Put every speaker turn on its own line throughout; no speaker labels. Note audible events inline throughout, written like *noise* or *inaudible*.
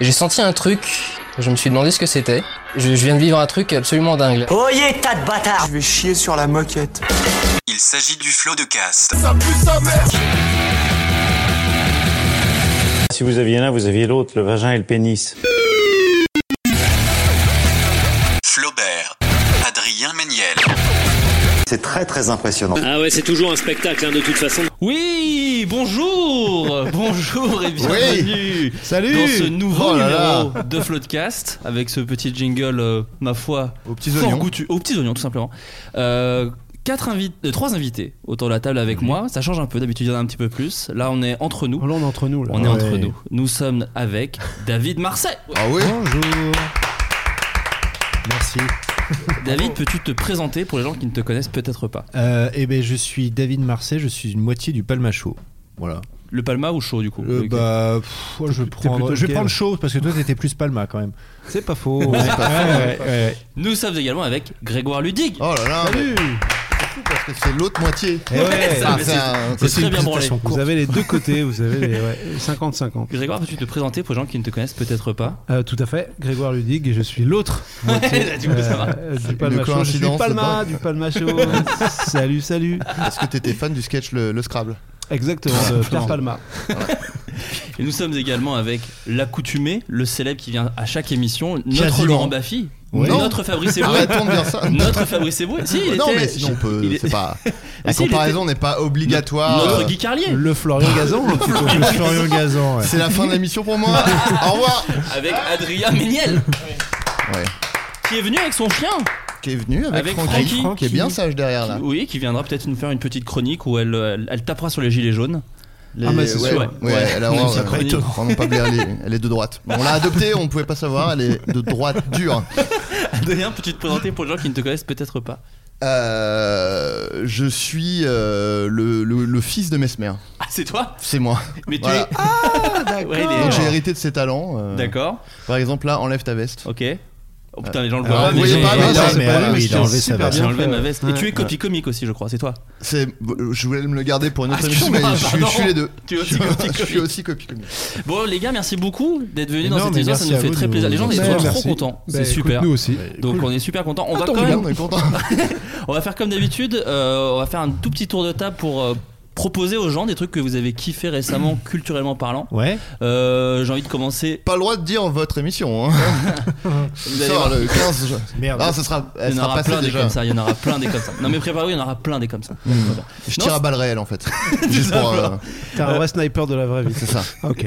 J'ai senti un truc, je me suis demandé ce que c'était. Je, je viens de vivre un truc absolument dingue.
Oyez, tas de bâtards
Je vais chier sur la moquette.
Il s'agit du flot de cast.
Si vous aviez l'un, vous aviez l'autre, le vagin et le pénis.
Flaubert. Adrien Méniel.
C'est très très impressionnant.
Ah ouais, c'est toujours un spectacle hein, de toute façon.
Oui, bonjour, *laughs* bonjour et bienvenue
Salut
dans ce nouveau
Oh là
numéro
là.
de Floodcast avec ce petit jingle, euh, ma foi,
Aux petits
fort
oignons.
goûtu- aux petits oignons tout simplement. Euh, quatre invi- euh, trois invités autour de la table avec moi, ça change un peu d'habitude, il y en a un petit peu plus. Là, on est entre nous.
Mhm. Oh, Là, on est entre nous. Là.
On est entre
Ouais.
nous. Nous sommes avec David Marseille.
Ah oui Bonjour. Merci.
David, peux-tu te présenter pour les gens qui ne te connaissent peut-être pas
Euh, eh ben, je suis David Marseille, je suis une moitié du Palma Show. Voilà.
Le Palma ou chaud du coup
Euh,
Ok.
Bah, pff, moi, je, vais
plutôt
prendre, je vais
lequel
prendre Show parce que toi, t'étais plus Palma quand même.
C'est
*laughs*
pas faux.
Ouais, ouais, ouais.
Nous sommes également avec Grégoire Ludig.
Oh là là
Salut
c'est fou Parce que c'est l'autre moitié.
*laughs*
Eh ouais.
ça, mais
*laughs* Ah, c'est un-
c'est très bien branlé.
Vous avez les deux côtés, vous avez les ouais, 50-50.
Grégoire, peux-tu te présenter pour les gens qui ne te connaissent peut-être pas
Euh, tout à fait, Grégoire Ludig et je suis l'autre. moitié,
*laughs* là, du coup, ça va.
euh, du Palma
Une
Show. Je suis
coïncidence,
Palma,
c'est
du Palma Show. *laughs* salut, salut.
Parce que t'étais fan du sketch Le, le Scrabble.
Exactement, de Pierre Palma.
Et nous sommes également avec l'accoutumé, le célèbre qui vient à chaque émission, notre
Quasiment.
Laurent Baffy,
Ouais.
notre Fabrice Eboué.
Arrêtons de dire ça.
notre Fabrice Eboué. Si, il
non,
était-
mais sinon on peut.
il est-
C'est pas.
*laughs*
La
si, il
comparaison n'est pas obligatoire.
notre
Euh,
Guy Carlier
Le Florian
*laughs*
Gazan, hein, plutôt.
Le
*laughs*
Florian Gazan, ouais.
C'est la fin de l'émission pour moi. Au revoir.
avec Adrien Méniel
Ouais.
qui est venu avec son chien.
Qui est venu avec,
Avec
Francky,
Francky,
qui est
qui-
bien sage derrière là.
Oui, qui viendra peut-être nous faire une petite chronique où elle, elle, elle tapera sur les gilets jaunes.
Ah, mais c'est
ouais,
sûr.
Ouais,
Ouais.
elle a horreur,
Ça
euh,
chronique.
vraiment pas bien, elle est- elle est de droite. Bon, on l'a adoptée, on pouvait pas savoir, elle est de droite dure.
*laughs* Adrien, peux-tu te présenter pour les gens qui ne te connaissent peut-être pas
Euh, je suis euh, le, le- le fils de Mesmer.
Ah, c'est toi
C'est moi.
Mais tu
Voilà.
es. Ah, Ouais, il est-
Donc j'ai hérité de ses talents. euh,
D'accord,
Par exemple, là, enlève ta veste.
ok. Oh putain, les gens le
Alors,
voient
vous voyez
j'ai-
pas, mais
j'ai-
il a-
j'ai-
mais
pas
ah
lui,
oui, il a
mais
enlevé
c'est
sa
super
veste.
j'ai
bien
enlevé
fait.
ma veste. Et
Ouais.
tu es copie comique aussi, je crois, c'est toi.
C'est, je voulais me le garder pour une autre
Ah,
émission, mais
excuse-moi,
je, suis- je suis les deux.
Tu es aussi
je
comique.
suis aussi copie comique.
Bon les gars, merci beaucoup d'être venus
Mais
dans
non,
cette
mais
émission, ça
merci
nous
à
fait
vous
très
de
plaisir. Les gens
nous-
ils
Ouais,
sont trop
merci.
contents,
Bah,
c'est
écoute,
super.
Nous aussi.
Donc on est super contents. On va
Ah, Tant
quand
mieux,
même,
on est content.
*laughs* on va faire comme d'habitude, euh, on va faire un tout petit tour de table pour euh, proposer aux gens des trucs que vous avez kiffé
*clears throat*
récemment culturellement parlant.
Ouais.
Euh, J'ai envie de commencer.
Pas le droit de dire votre émission. Hein.
*laughs* Vous allez
Sort
voir.
le 15 juin.
Merde.
Ah, ça sera,
Il
elle
y en
sera
aura
passée
plein des
déjà. Hmm.
comme ça, il y en aura plein des comme ça. Non mais préparez-vous, il y en aura plein des comme ça.
Je
Non,
tire à
c'est-
balles réelles
*laughs*
en fait. Juste pour. euh,
T'es un vrai sniper de la vraie vie.
c'est ça.
Ok.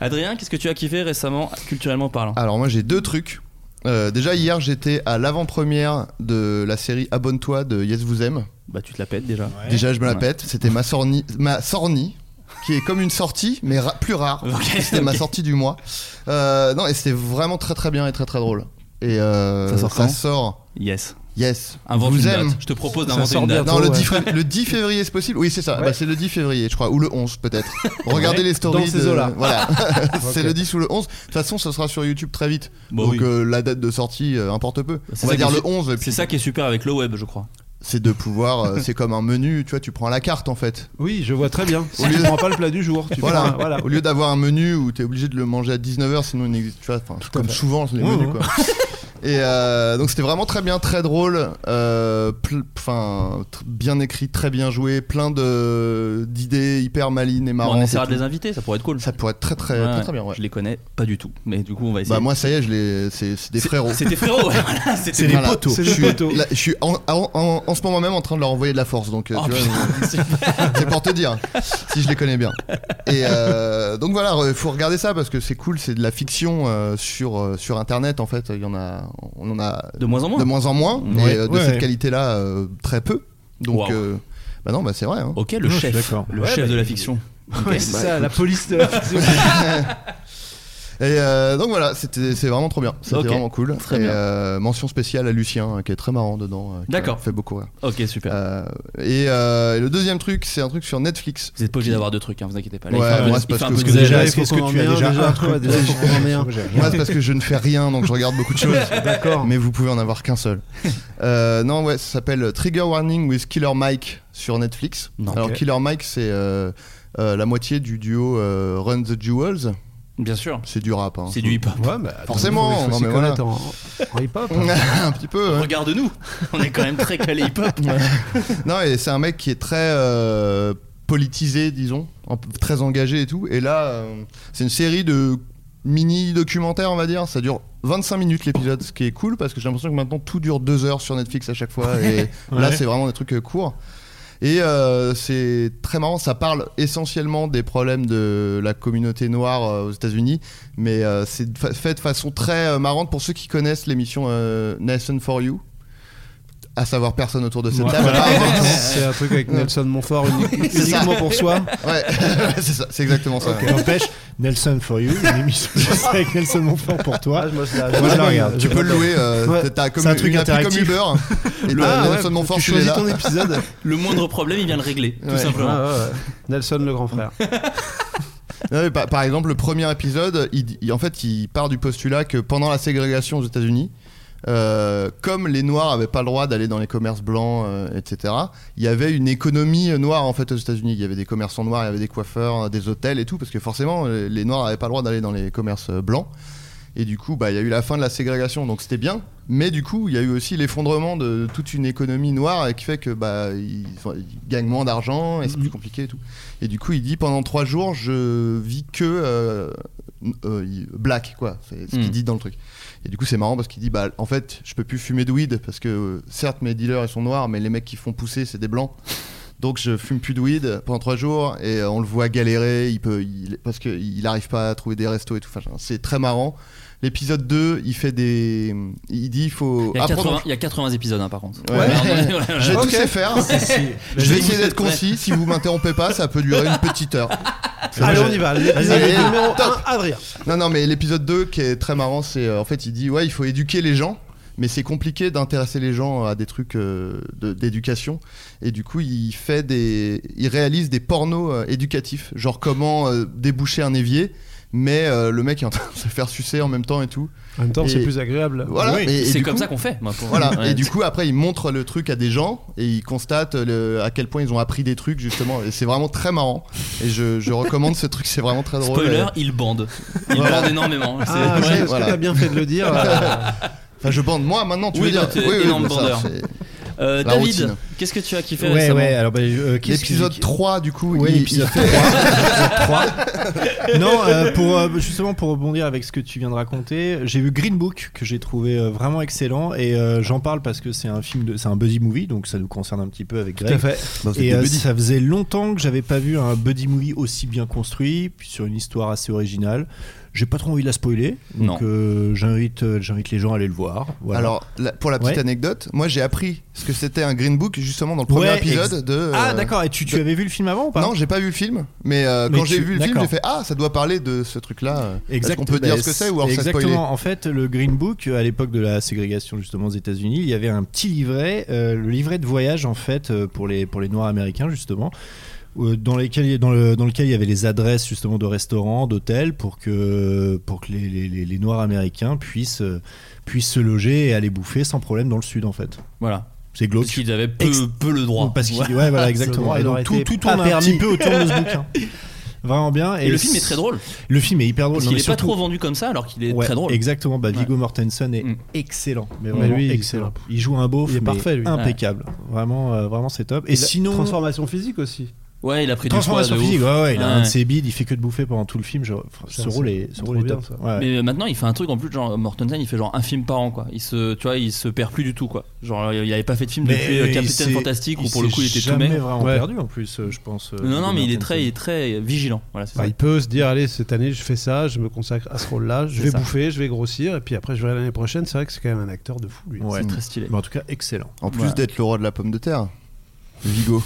Adrien, qu'est-ce que tu as kiffé récemment culturellement parlant
Alors moi j'ai deux trucs. Euh, déjà hier j'étais à l'avant-première de la série Abonne-toi de Yes Vous Aime.
Bah tu te la pètes déjà.
Déjà je me la
Ouais.
pète. C'était ma sornie, ma sornie, qui est comme une sortie mais ra- plus rare.
Ok,
C'était ma
ok.
sortie du mois. Euh, non et c'était vraiment très très bien et très très drôle. Et euh,
Ça sort quand
sort.
Yes.
Yes.
Invente
vous
une
aime.
date. Je te propose
Ça
d'inventer
sort
une
bien.
date.
Non, le,
Ouais.
10
*laughs*
février, le 10 février, c'est possible Oui, c'est ça.
Ouais.
Bah, c'est le 10 février, je crois. Ou le 11,
*laughs*
peut-être. Regardez les stories.
Dans ces
de-
eaux-là.
*laughs* Voilà.
*laughs*
c'est
Ok.
le 10 ou le 11. De toute façon, ça sera sur YouTube très vite.
Bah
Donc,
oui. Bah,
euh, la date de sortie euh, importe peu.
C'est
On
ça
va dire
qui
le
est-
11. et
C'est
puis
ça qui est super avec le web, je crois.
C'est de pouvoir. euh,
*laughs*
c'est comme un menu. Tu vois, tu prends la carte, en fait.
Oui, je vois très bien. Si
Au
tu
lieu-
prends pas le plat du jour, tu
Voilà.
prends un- voilà.
Au lieu d'avoir un menu où t'es obligé de le manger à 19h, sinon il n'existe. Tu vois, enfin, comme souvent, les
Ouais,
menus,
ouais.
quoi. Et euh, donc c'était vraiment très bien, très drôle, euh, pl- enfin tr- bien écrit, très bien joué, plein de d'idées hyper malines et
Bon,
marrantes.
on
et
essaiera de
tout.
les inviter, ça pourrait être cool.
Ça pourrait être très très,
Ouais,
très, très bien, ouais.
Je les connais pas du tout, mais du coup on va essayer.
Bah moi ça y est, je les, c'est, c'est des
C'est-
frérots.
C'était frérot, ouais, *laughs* voilà, c'était
C'est des
Voilà.
poteaux.
C'est
Je
des
suis,
poteaux.
là, je suis en, en- en- en ce moment même en train de leur envoyer de la force, donc euh,
Oh,
tu vois, *laughs* c'est pour te dire si je les connais bien. Et euh, donc voilà, re- faut regarder ça parce que c'est cool, c'est de la fiction euh, sur euh, sur internet en fait. Il y en a, on en a
de moins en moins.
de moins en moins, mais
Ouais,
euh, de
ouais,
cette
ouais.
qualité-là euh, très peu. Donc
Wow.
euh, bah non, bah c'est vrai. hein.
Ok, le
Non, je suis
chef.
d'accord.
Le
Ouais,
chef
bah,
de la
il-
fiction.
Ouais, c'est ça, la police euh,
*laughs*
de la fiction.
Et euh, donc voilà, c'était- c'est vraiment trop bien. C'était
Ok.
vraiment cool.
Très
Et,
bien.
euh, mention spéciale à Lucien, euh, qui est très marrant dedans. euh, qui
D'accord.
m'a Fait beaucoup rire.
Ok, super.
Euh, et, euh, et le deuxième truc, c'est un truc sur Netflix.
Vous êtes pas obligé d'avoir deux trucs, hein, vous inquiétez pas.
Ouais,
il fait un peu-
moi, c'est
il fait
parce
un
que
peu
vous
de-
avez
Déjà,
il
il
faut
faut
qu'on
qu'on
en
en
mette
mette
déjà un
déjà un
truc.
truc. Déjà, il faut qu'on en mette un.
*laughs* Moi, c'est parce que je ne fais rien, donc je regarde beaucoup
*laughs*
de choses.
D'accord.
mais vous pouvez en avoir qu'un seul. Euh, non, ouais, ça s'appelle Trigger Warning with Killer Mike sur Netflix.
Non.
Alors,
Ok.
Killer Mike, c'est euh, euh, la moitié du duo euh, Run the Jewels.
Bien sûr.
C'est du rap. Hein.
C'est du hip-hop.
Ouais, bah, attends,
Forcément,
il faut- il faut
non,
s'y
mais voilà.
connaître en, en hip-hop.
*laughs* un petit peu. hein.
Regarde-nous, on est quand même très calé
*laughs*
hip-hop.
Non, et c'est un mec qui est très euh, politisé, disons, en- très engagé et tout. Et là, euh, c'est une série de mini-documentaires, on va dire. Ça dure 25 minutes l'épisode, ce qui est cool parce que j'ai l'impression que maintenant tout dure 2 heures sur Netflix à chaque fois. Et là, c'est vraiment des trucs euh, courts. Et euh, c'est très marrant, ça parle essentiellement des problèmes de la communauté noire euh, aux États-Unis, mais euh, c'est fa- fait de façon très euh, marrante pour ceux qui connaissent l'émission euh, Nation for You, à savoir personne autour de
*laughs*
cette
Ouais,
table.
voilà.
Ah, bon.
C'est un truc avec Nelson Montfort unique-
c'est ça.
uniquement pour soi.
*laughs* Ouais, *laughs* c'est ça, c'est exactement ça.
N'empêche, Nelson for you, une émission juste avec Nelson Montfort pour
*laughs*
Ah,
toi. Moi, je la regarde.
Tu peux le louer, euh,
Ouais,
t'as- t'as comme
c'est un
une-
truc
une appli comme
interactif.
Uber. Et t'as
Ah, ouais,
Nelson Montfort,
tu
tu l'es
choisis
là.
ton épisode.
*laughs* Le moindre problème, il vient le régler, tout
Ouais.
simplement.
Ouais, ouais, ouais. Nelson le grand
*laughs*
frère.
Ouais, par, par exemple, le premier épisode, il, il- en fait, il part du postulat que pendant la ségrégation aux États-Unis, euh, comme les Noirs n'avaient pas le droit d'aller dans les commerces blancs, euh, etc., il y avait une économie euh, noire en fait aux États-Unis. Il y avait des commerçants noirs, il y avait des coiffeurs, euh, des hôtels et tout, parce que forcément, euh, les, les Noirs n'avaient pas le droit d'aller dans les commerces euh, blancs. Et du coup, bah, il y a eu la fin de la ségrégation, donc c'était bien. Mais du coup, il y a eu aussi l'effondrement de toute une économie noire et qui fait que bah, ils, enfin, ils gagnent moins d'argent et c'est plus compliqué et tout. Et du coup, il dit pendant trois jours, je vis que euh, euh, il- black, quoi. C'est ce qu'il
Mm.
dit dans le truc. Et du coup, c'est marrant parce qu'il dit, bah, en fait, je peux plus fumer de weed parce que euh, certes, mes dealers ils sont noirs, mais les mecs qui font pousser, c'est des blancs. Donc, je fume plus de weed pendant trois jours et euh, on le voit galérer. Il peut, il- parce qu'il n'arrive pas à trouver des restos et tout. Enfin, c'est très marrant. L'épisode 2, il fait des. Il dit, il faut.
Il y, a
apprendre-
80, il y a 80 épisodes hein, par contre.
Ah, Ouais.
*laughs*
Je vais
Ouais.
tout sais faire. Je vais essayer d'être concis. Si vous m'interrompez pas, ça peut durer une petite heure.
Allez, on y va. L'épisode
Allez,
numéro
top.
1, Adrien.
Non, non, mais l'épisode 2 qui est très marrant, c'est euh, en fait, il dit Ouais, il faut éduquer les gens, mais c'est compliqué d'intéresser les gens à des trucs euh, de- d'éducation. Et du coup, il fait des. Il réalise des pornos euh, éducatifs, genre comment euh, déboucher un évier, mais euh, le mec est en train de se faire sucer en même temps et tout.
En même temps,
Et-
c'est plus agréable.
Voilà,
Oui.
et- et
C'est
du
comme
coup-
ça qu'on fait. moi, pour-
Voilà,
Ouais.
et du coup, après, il montre le truc à des gens et il constate le- à quel point ils ont appris des trucs, justement. Et c'est vraiment très marrant. Et je, je recommande ce truc, c'est vraiment très drôle.
Spoiler, il bande. Il
Voilà.
bande énormément. C'est-
Ah,
Ouais,
c'est- parce
voilà.
que t'as bien fait de le dire. Euh,
Enfin, je bande moi maintenant, *laughs* tu
Oui,
veux dire
toi, t'es énorme
mais ça,
bandeur.
c'est-
Euh,
La
David,
routine.
qu'est-ce que tu as kiffé
Ouais,
récemment
ouais, alors, bah, euh, qu'est-ce que-
L'épisode 3, du coup,
Ouais,
il-
l'épisode
il *laughs* fait-
*laughs* non, euh, pour euh, justement pour rebondir avec ce que tu viens de raconter, j'ai vu Green Book que j'ai trouvé euh, vraiment excellent et euh, j'en parle parce que c'est un film de c'est un buddy movie donc ça nous concerne un petit peu avec Greg.
fait.
Bah,
Et euh, ça faisait longtemps que j'avais pas vu un buddy movie aussi bien construit, puis sur une histoire assez originale. J'ai pas trop envie de la spoiler, donc
Non.
euh, j'invite euh, j'invite les gens à aller le voir. Voilà.
Alors, la- pour la petite
Ouais.
anecdote, moi j'ai appris ce que c'était un Green Book justement dans le premier
Ouais,
épisode de. euh,
ah d'accord, et tu, tu avais vu le film avant ou pas
Non, j'ai pas vu le film, mais euh,
Mais
quand j'ai
tu-
vu le film,
d'accord.
j'ai fait Ah, ça doit parler de ce truc-là. Est-ce qu'on
Exactement.
peut dire
Bah,
ce que c'est ou alors ça
Exactement.
spoiler
En fait, le Green Book, à l'époque de la ségrégation justement aux États-Unis, il y avait un petit livret, euh, le livret de voyage en fait euh, pour les pour les Noirs américains justement. euh, Dans, lesquels, dans, le, dans lequel il y avait les adresses justement de restaurants, d'hôtels pour que, pour que les, les- les- les Noirs américains puissent, euh, puissent se loger et aller bouffer sans problème dans le sud en fait.
Voilà.
C'est
Parce
glauque.
qu'ils avaient peu,
Ex-
peu le droit.
Parce qu'il,
Ouais.
ouais. voilà, exactement.
droit,
Et
il
donc,
aurait
tout,
été
tout
pas
tourne un
permis.
petit peu autour de ce
*laughs*
bouquin. Vraiment bien.
Et le film est très drôle.
Le film est hyper drôle.
Parce
Non,
qu'il
mais
est pas
surtout-
trop vendu comme ça alors qu'il est
Ouais,
très drôle.
Exactement. Bah, Viggo Mortensen est
Mm.
excellent. Mais
Mais
vraiment
lui, il-
excellent. Il joue un beau,
Il est parfait, lui.
Impeccable. Vraiment, euh, vraiment, c'est top. Et
la
sinon.
Transformation physique aussi.
Ouais, il a pris du poids de
Transformation
ouf.
physique, ouais, ouais, il a
Ouais.
un de ses bides, il fait que de bouffer pendant tout le film. genre, pff,
Ça,
ce rôle
c'est
est, ce
trop
rôle est
bien,
top.
ça.
Ouais.
Mais euh, maintenant, il fait un truc en plus, genre Mortensen, il fait genre un film par an, quoi. Il se, tu vois, il se perd plus du tout, quoi. Genre, il avait pas fait de film depuis
Mais
euh,
il
Capitaine
s'est-
Fantastique, où
il
pour le
s'est
coup, il était tout
jamais
maigre.
vraiment
Ouais.
perdu en plus, euh, je pense. euh,
Non, non,
Viggo
mais il est
Mortensen.
très, il est très vigilant. Voilà, c'est
Bah,
ça.
il peut se dire allez cette année je fais ça, je me consacre à ce rôle-là, je
C'est
vais
ça.
bouffer, je vais grossir et puis après je verrai l'année prochaine. C'est vrai que c'est quand même un acteur de fou lui.
Ouais.
Très stylé.
Mais en tout cas, excellent.
En plus
Voilà.
d'être le roi de la pomme de terre, Vigo.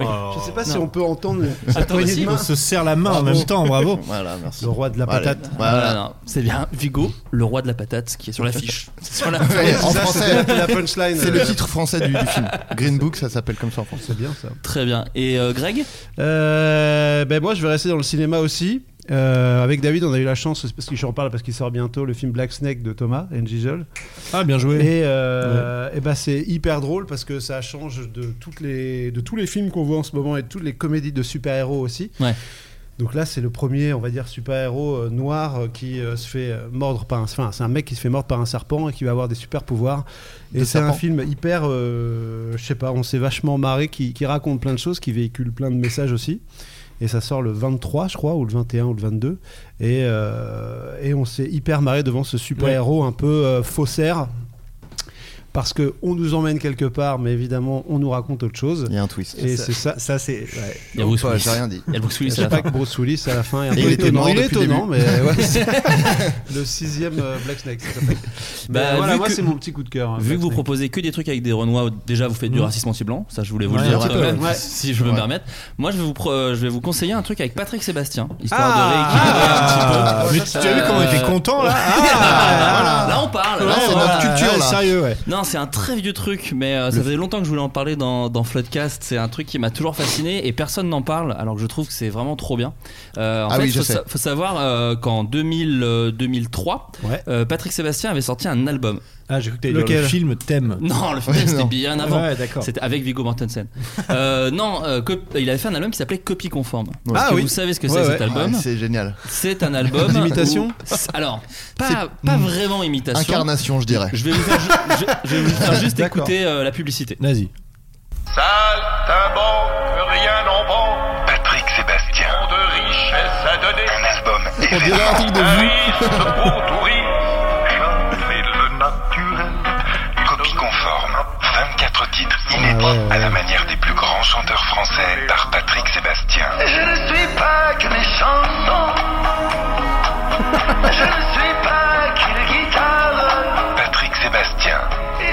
Je sais pas si
Non.
on peut entendre
Attends,
sa poignée
si,
de
On
main.
se serre la main en
Bravo.
même
*laughs*
temps, bravo.
Voilà, merci.
Le roi de la
Allez.
patate.
Voilà.
Non, non, c'est bien Vigo, le roi de la patate, qui est sur l'affiche. C'est *laughs* sur la-
Ouais, *laughs* en
Ça,
français.
c'était la punchline.
C'est le titre français du, du film. Green Book, ça s'appelle comme ça en français.
C'est bien ça.
Très bien. Et euh, Greg
Euh, ben moi, je vais rester dans le cinéma aussi. Euh, avec David, on a eu la chance, parce que je en parle parce qu'il sort bientôt le film Black Snake de Thomas and Giselle.
Ah, bien joué.
Et, euh, et ben c'est hyper drôle parce que ça change de, toutes les, de tous les films qu'on voit en ce moment et de toutes les comédies de super-héros aussi.
Ouais.
Donc là, c'est le premier, on va dire, super-héros euh, noir euh, qui euh, se fait euh, mordre par un... Enfin, c'est un mec qui se fait mordre par un serpent et qui va avoir des super-pouvoirs.
De
Et c'est un
serpent.
film hyper... euh, Je sais pas, on s'est vachement marré, qui, qui raconte plein de choses, qui véhicule plein de messages aussi. Et ça sort le 23, je crois, ou le 21 ou le 22. Et, euh, et on s'est hyper marré devant ce super-héros un peu euh, faussaire. Parce que on nous emmène quelque part, mais évidemment, on nous raconte autre chose.
Il y a un twist.
Et c'est ça.
Ça, c'est.
Il y a Bruce
Ouais,
Willis.
J'ai rien dit.
Il y a Bruce Willis
Je sais
à la
pas
fin.
que Bruce Willis à la fin est un
Et
peu
il était
étonnant.
mort
Il est
depuis le
étonnant, mais ouais,
*laughs*
c'est le sixième euh, Black Snake, ça s'appelle.
Bah,
Mais voilà,
vu
moi
que-
c'est mon petit coup de cœur. hein,
Vu que
Black
vous
Snake.
proposez que des trucs avec des Renois, déjà vous faites du racisme anti-blanc, ça je voulais vous
Ouais,
le dire
un petit
quand
peu,
même,
ouais.
si je peux me
Ouais.
permettre. Moi je vais, vous pro- euh, je vais vous conseiller un truc avec Patrick Sébastien, histoire de
Ah,
rééquilibrer un
mais
petit
tu
peu.
as vu comment il était
Euh,
*laughs*
content là
Ah, Là on parle, là,
Ouais,
on
c'est
parle.
notre culture, là.
Sérieux, ouais.
Non, c'est un très vieux truc, mais euh, ça faisait longtemps que je voulais en parler dans, dans Floodcast. C'est un truc qui m'a toujours fasciné et personne n'en parle, alors que je trouve que c'est vraiment trop bien. Euh, en
Ah
fait,
oui, je
faut,
sais.
sa- faut savoir euh, qu'en 2000, euh, 2003,
Ouais.
euh, Patrick Sébastien avait sorti un album.
Ah, j'ai cru que t'allais
dire
dire le
le
film thème.
Non, le film
Ouais,
c'était
non.
bien avant.
Ouais, d'accord.
C'était avec Viggo Mortensen.
*laughs*
Euh, non, euh, cop- il avait fait un album qui s'appelait Copie conforme. Est-ce
Ah
que
oui.
Vous savez ce que
Ouais,
c'est cet
ouais.
album
Ouais, Ah, c'est génial.
C'est un
*laughs*
album.
D'imitation
où- c'est- Alors, pas, pas vraiment imitation.
Incarnation, je dirais.
Je vais vous faire, ju- je- je vais
*laughs*
vous faire juste
D'accord.
écouter euh, la publicité.
Vas-y.
Saltimbanque, rien n'en manque. Patrick Sébastien. Tant de richesses à donner. Un album.
On dirait un truc de
Ah
vous.
Paris pour tourisme. Mais le naturel.
Copie conforme. 24 titres
Ah
inédits à la manière des plus grands chanteurs français par Patrick Sébastien.
Je ne suis pas que mes chansons. Je ne suis pas qu'une guitare.
Patrick Sébastien.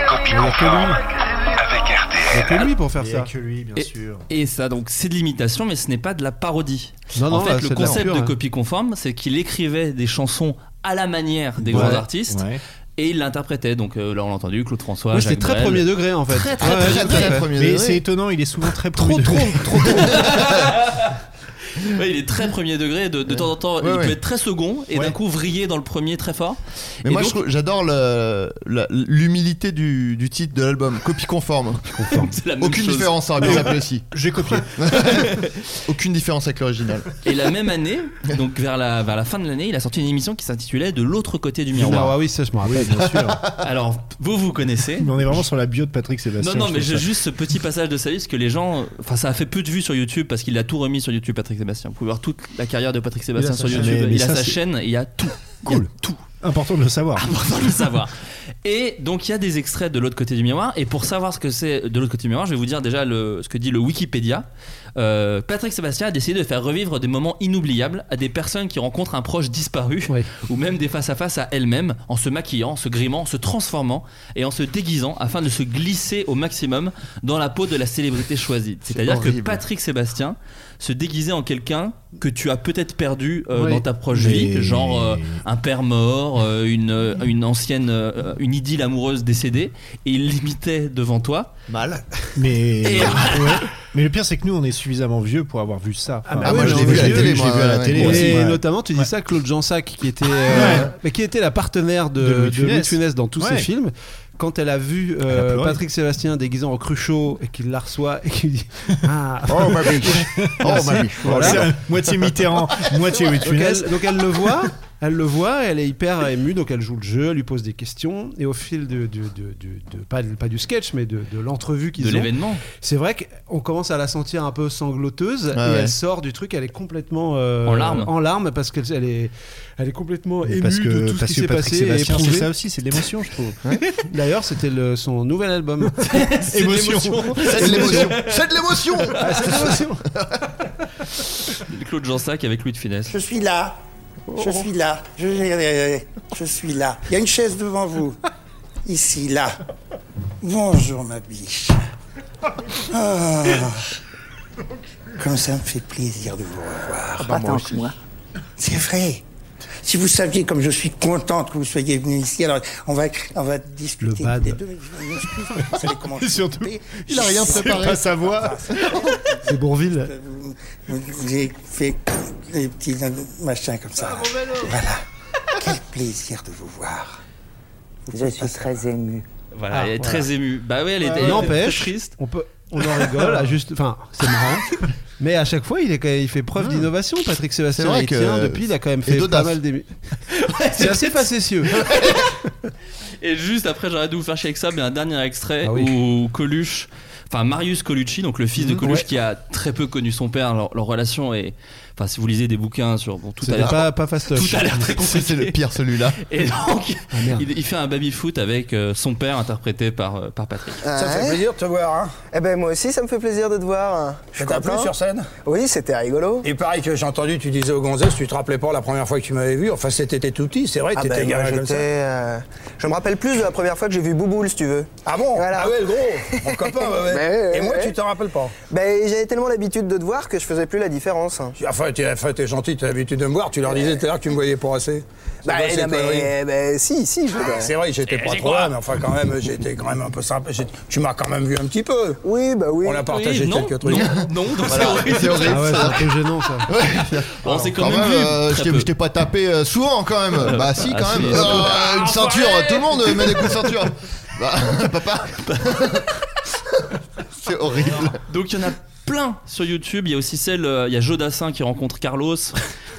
Copie
Il n'y a que
conforme
lui.
avec
Il y a
RTL.
que lui pour faire ça.
lui, bien
Et-
sûr.
Et ça, donc, c'est de l'imitation, mais ce n'est pas de la parodie.
Non,
en
non,
fait,
là, c'est
le
de la
concept
pure,
de
hein.
copie conforme, c'est qu'il écrivait des chansons à la manière des grands artistes et il l'interprétait. Donc euh, là, on l'a entendu, Claude François.
Moi j'étais
Jacques
très
Brel.
premier degré en fait.
Très, très,
Ouais,
très,
ouais,
très,
tout à
très
fait.
Premier
Mais
degré.
c'est étonnant, il est souvent très
Trop, trop, trop, trop.
*laughs*
*laughs*
Ouais, il est très premier degré. De, de temps en temps,
Ouais,
il
ouais.
peut être très second et d'un coup vriller dans le premier très fort.
*laughs* Mais
Et
moi,
donc-
je trouve- j'adore le- la- l'humilité du, du titre de l'album. Copie conforme.
*laughs* C'est la même
Aucune
chose.
différence, hein, ça aurait bien s'appeler aussi.
J'ai copié.
*laughs* Aucune différence avec l'original.
Et la même année, donc vers la, vers la fin de l'année, il a sorti une émission qui s'intitulait De l'autre côté du miroir.
Ah oui, ça je me rappelle.
bien sûr.
Alors, vous vous connaissez.
Mais on est vraiment sur la bio de Patrick
Non,
Sébastien.
non,
je
mais
trouve
j'ai
ça.
juste ce petit passage de sa vie parce que les gens. Enfin, ça a fait peu de vues sur YouTube parce qu'il a tout remis sur YouTube, Patrick Sébastien. Vous pouvez voir toute la carrière de Patrick Sébastien
sa
sur
chaîne.
YouTube.
Mais- mais
il a
ça,
sa
c'est-
chaîne, il y a tout.
Cool.
Il y a tout.
Important de le savoir.
Important de le savoir. Et donc, il y a des extraits de l'autre côté du miroir. Et pour savoir ce que c'est de l'autre côté du miroir, je vais vous dire déjà le- ce que dit le Wikipédia. Euh, Patrick Sébastien a décidé de faire revivre des moments inoubliables à des personnes qui rencontrent un proche disparu
Ouais.
ou même des face à face à elles-mêmes en se maquillant, en se grimant, en se transformant et en se déguisant afin de se glisser au maximum dans la peau de la célébrité choisie. C'est-à-dire que
horrible.
Patrick Sébastien se déguisait en quelqu'un que tu as peut-être perdu euh,
Oui.
dans ta proche
Mais-
vie, genre euh, un père mort, euh, une, euh, une ancienne, euh, une idylle amoureuse décédée, et il l'imitait devant toi.
Mal.
Mais,
Et-
Ouais. mais le pire, c'est que nous, on est suffisamment vieux pour avoir vu ça. Enfin,
bah oui, mais on est vieux,
télé,
moi,
je l'ai vu à la
ouais,
télé.
Et
ouais.
aussi, ouais.
notamment, tu dis ça, Claude Jansac, qui était, euh, mais qui était la partenaire de,
De Louis
de
de
Louis de
Funès.
Funès dans tous ses
Ouais.
films. Quand elle a vu euh,
Elle a pleuré.
Patrick Sébastien déguisé en cruchot et qu'il la reçoit et qu'il *laughs* dit Ah
Oh ma
*laughs*
biche. Oh ma biche.
Voilà. C'est moitié Mitterrand, moitié Louis de
donc
Funès.
elle, donc elle le voit, elle le voit, elle est hyper émue, donc elle joue le jeu, elle lui pose des questions, et au fil de, du- du- du- de- pas, pas du sketch, mais de, de l'entrevue
de
qu'ils ont,
l'événement.
c'est vrai qu'on commence à la sentir un peu sangloteuse, et
Ah ouais.
elle sort du truc, elle est complètement euh,
En larmes.
en larmes parce qu'elle elle est, elle est complètement
Mais
émue
parce
de
que,
tout
parce
ce qui
que
s'est
Patrick
passé et
Sébastien, c'est
éprouvée.
ça aussi, c'est de l'émotion, je trouve.
D'ailleurs, c'était le- son nouvel
*laughs*
album.
C'est de l'émotion.
C'est de l'émotion. *laughs* C'est de l'émotion.
Claude Jansac avec Louis de Funès.
Je suis là.
Oh.
Je suis là. Je, je suis là. Il y a une chaise devant vous. Ici, là. Bonjour, ma biche. Ah. Comme ça me fait plaisir de vous
Ah
revoir.
bah, moi Attends que aussi. moi.
C'est vrai. Si vous saviez comme je suis contente que vous soyez venu ici, alors on va, on va discuter.
bad.
des deux. Je m'excuse, Vous savez
*laughs*
comment je suis
Surtout,
occupé.
il a rien
Je sais
préparé.
pas
sa voix. C'est Bourville.
J'ai fait des petits machins comme ça. Voilà. Quel plaisir de vous voir. Je suis très ému.
Voilà,
Ah,
elle est très
voilà.
émue. Bah oui, elle est, elle est
N'empêche,
très triste.
On peut, on en rigole, à juste, enfin, c'est marrant. Mais à chaque fois, il, est, quand même- il fait preuve d'innovation, Patrick Sébastien.
C'est vrai
il
que-
tient depuis, il a quand même
et
fait pas
d'audace.
mal
*laughs*
d'ému. c'est assez facétieux.
Et juste après, j'arrête de vous faire chier avec ça, mais un dernier extrait
Ah oui.
où Coluche, enfin Marius Colucci, donc le fils de
Mhm,
Coluche
ouais.
qui a très peu connu son père, leur, leur relation est. Enfin, si vous lisez des bouquins sur. Bon, tout a
C'était
l'air.
pas, pas fastoche.
Tout a l'air très compliqué.
C'est le pire celui-là.
Et donc,
Ah, merde.
il, il fait un baby-foot avec euh, son père interprété par, euh, par Patrick.
Ça me fait plaisir de te voir. Hein.
Eh ben moi aussi, ça me fait plaisir de te voir.
Je
T'as
t'as plu
plein
sur scène
Oui, c'était rigolo.
Et pareil que j'ai entendu, tu disais au Gonzès, tu te rappelais pas la première fois que tu m'avais vu. Enfin, c'était tes tout petit, c'est vrai,
Ah
t'étais
ben, moi,
gamin comme
j'étais,
ça.
euh, Je me rappelle plus de la première fois que j'ai vu Bouboule, si tu veux.
Ah bon
Voilà. Ben
Ah ouais, le gros, mon copain. ouais, ouais.
*laughs* Ouais, ouais,
Et moi,
ouais.
tu t'en rappelles pas
Ben j'avais tellement l'habitude de te voir que je faisais plus la différence. hein.
Enfin, t'es enfin, t'es gentil, t'as l'habitude de me voir. Tu leur disais tout à l'heure que tu me voyais pas assez. C'est
Bah,
quoi ces
non,
conneries
mais, ben, si, si, je
Ah, C'est vrai, j'étais pas trop là, mais enfin, quand même, j'étais quand même un peu sympa. J'ai- Tu m'as quand même vu un petit peu.
Oui, bah oui.
On a partagé
Oui, non,
quelques trucs.
Non, non, donc c'est horrible.
C'est horrible.
Ah ouais, c'est
ça.
un peu gênant ça.
*laughs*
*laughs* On s'est quand
Quand
même
même,
vu.
euh, je
très
t'ai-
peu.
je t'ai pas tapé euh, souvent
*laughs*
quand même. Bah si,
Ah,
quand
si.
même. Euh,
Ah,
une ceinture,
enfoiré
tout le monde met des coups
*laughs*
de ceinture. Bah, *laughs* papa. C'est horrible.
Donc il y en a plein sur YouTube. Il y a aussi celle, euh, il y a Jodassin qui rencontre
*laughs*
Carlos.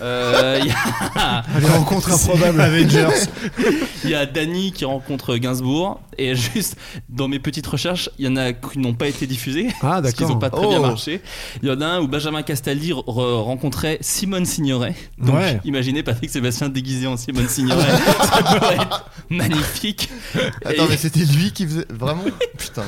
Euh, il y a-
Les rencontres improbables Avengers. *laughs*
il y a Dany qui rencontre Gainsbourg. Et juste dans mes petites recherches, il y en a qui n'ont pas été diffusées.
Ah
Parce qu'ils n'ont
d'accord.
pas très bien
Oh.
marché. Il y en a un où Benjamin Castaldi re- rencontrait Simone Signoret. Donc
Ouais.
imaginez Patrick Sébastien déguisé en Simone Signoret.
*laughs*
Ça pourrait être *laughs* magnifique. Et-
Attends, mais c'était lui qui faisait. Vraiment Putain.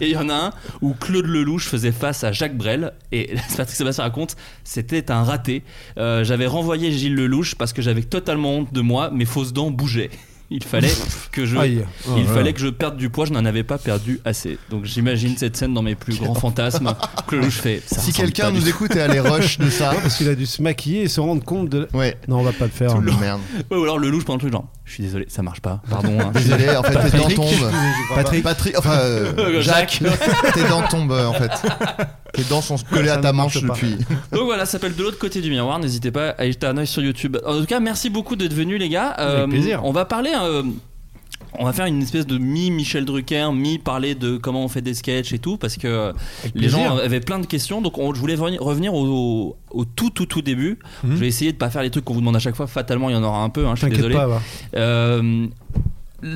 et il y en a un où Claude Lelouch faisait face à Jacques Brel. Et *laughs* Patrick Sébastien raconte, c'était un raté. Euh, j'avais renvoyé Gilles Lelouch parce que j'avais totalement honte de moi, mes fausses dents bougeaient. Il fallait que je,
Aïe.
il
Oh là
fallait
là.
que je perde du poids. Je n'en avais pas perdu assez. Donc j'imagine cette scène dans mes plus grands fantasmes. Claude Lelouch fait. ça ressemble
Si
pas
quelqu'un
du
nous écoute et a les rushs de ça.
*laughs* Ouais, parce qu'il a dû se maquiller et se rendre compte de.
Ouais.
Non, on va pas le faire.
Oh, merde.
tout. *laughs* Ouais, ou alors Lelouch pendant le truc genre, je suis désolé, ça marche pas. Pardon. hein.
Désolé, en fait, tes dents tombent.
Patrick.
Patrick, enfin,
*laughs*
euh, Jacques, *laughs* tes dents tombent euh, en fait. Tes dents sont collées à
Ça
ta
ne
manche
marche pas.
depuis.
Donc voilà, ça s'appelle De l'autre côté du miroir. N'hésitez pas à jeter un oeil sur YouTube. En tout cas, merci beaucoup d'être venus, les gars.
Avec plaisir.
On va parler. euh, on va faire une espèce de mi-Michel Drucker, mi-parler de comment on fait des sketchs et tout, parce que euh, les
plaisir.
gens avaient plein de questions. Donc on, je voulais reveni- revenir au, au- au tout, tout, tout début.
Mhm.
Je vais essayer de pas faire les trucs qu'on vous demande à chaque fois. Fatalement, il y en aura un peu. hein, je suis
T'inquiète
désolé.
pas, va.
Euh,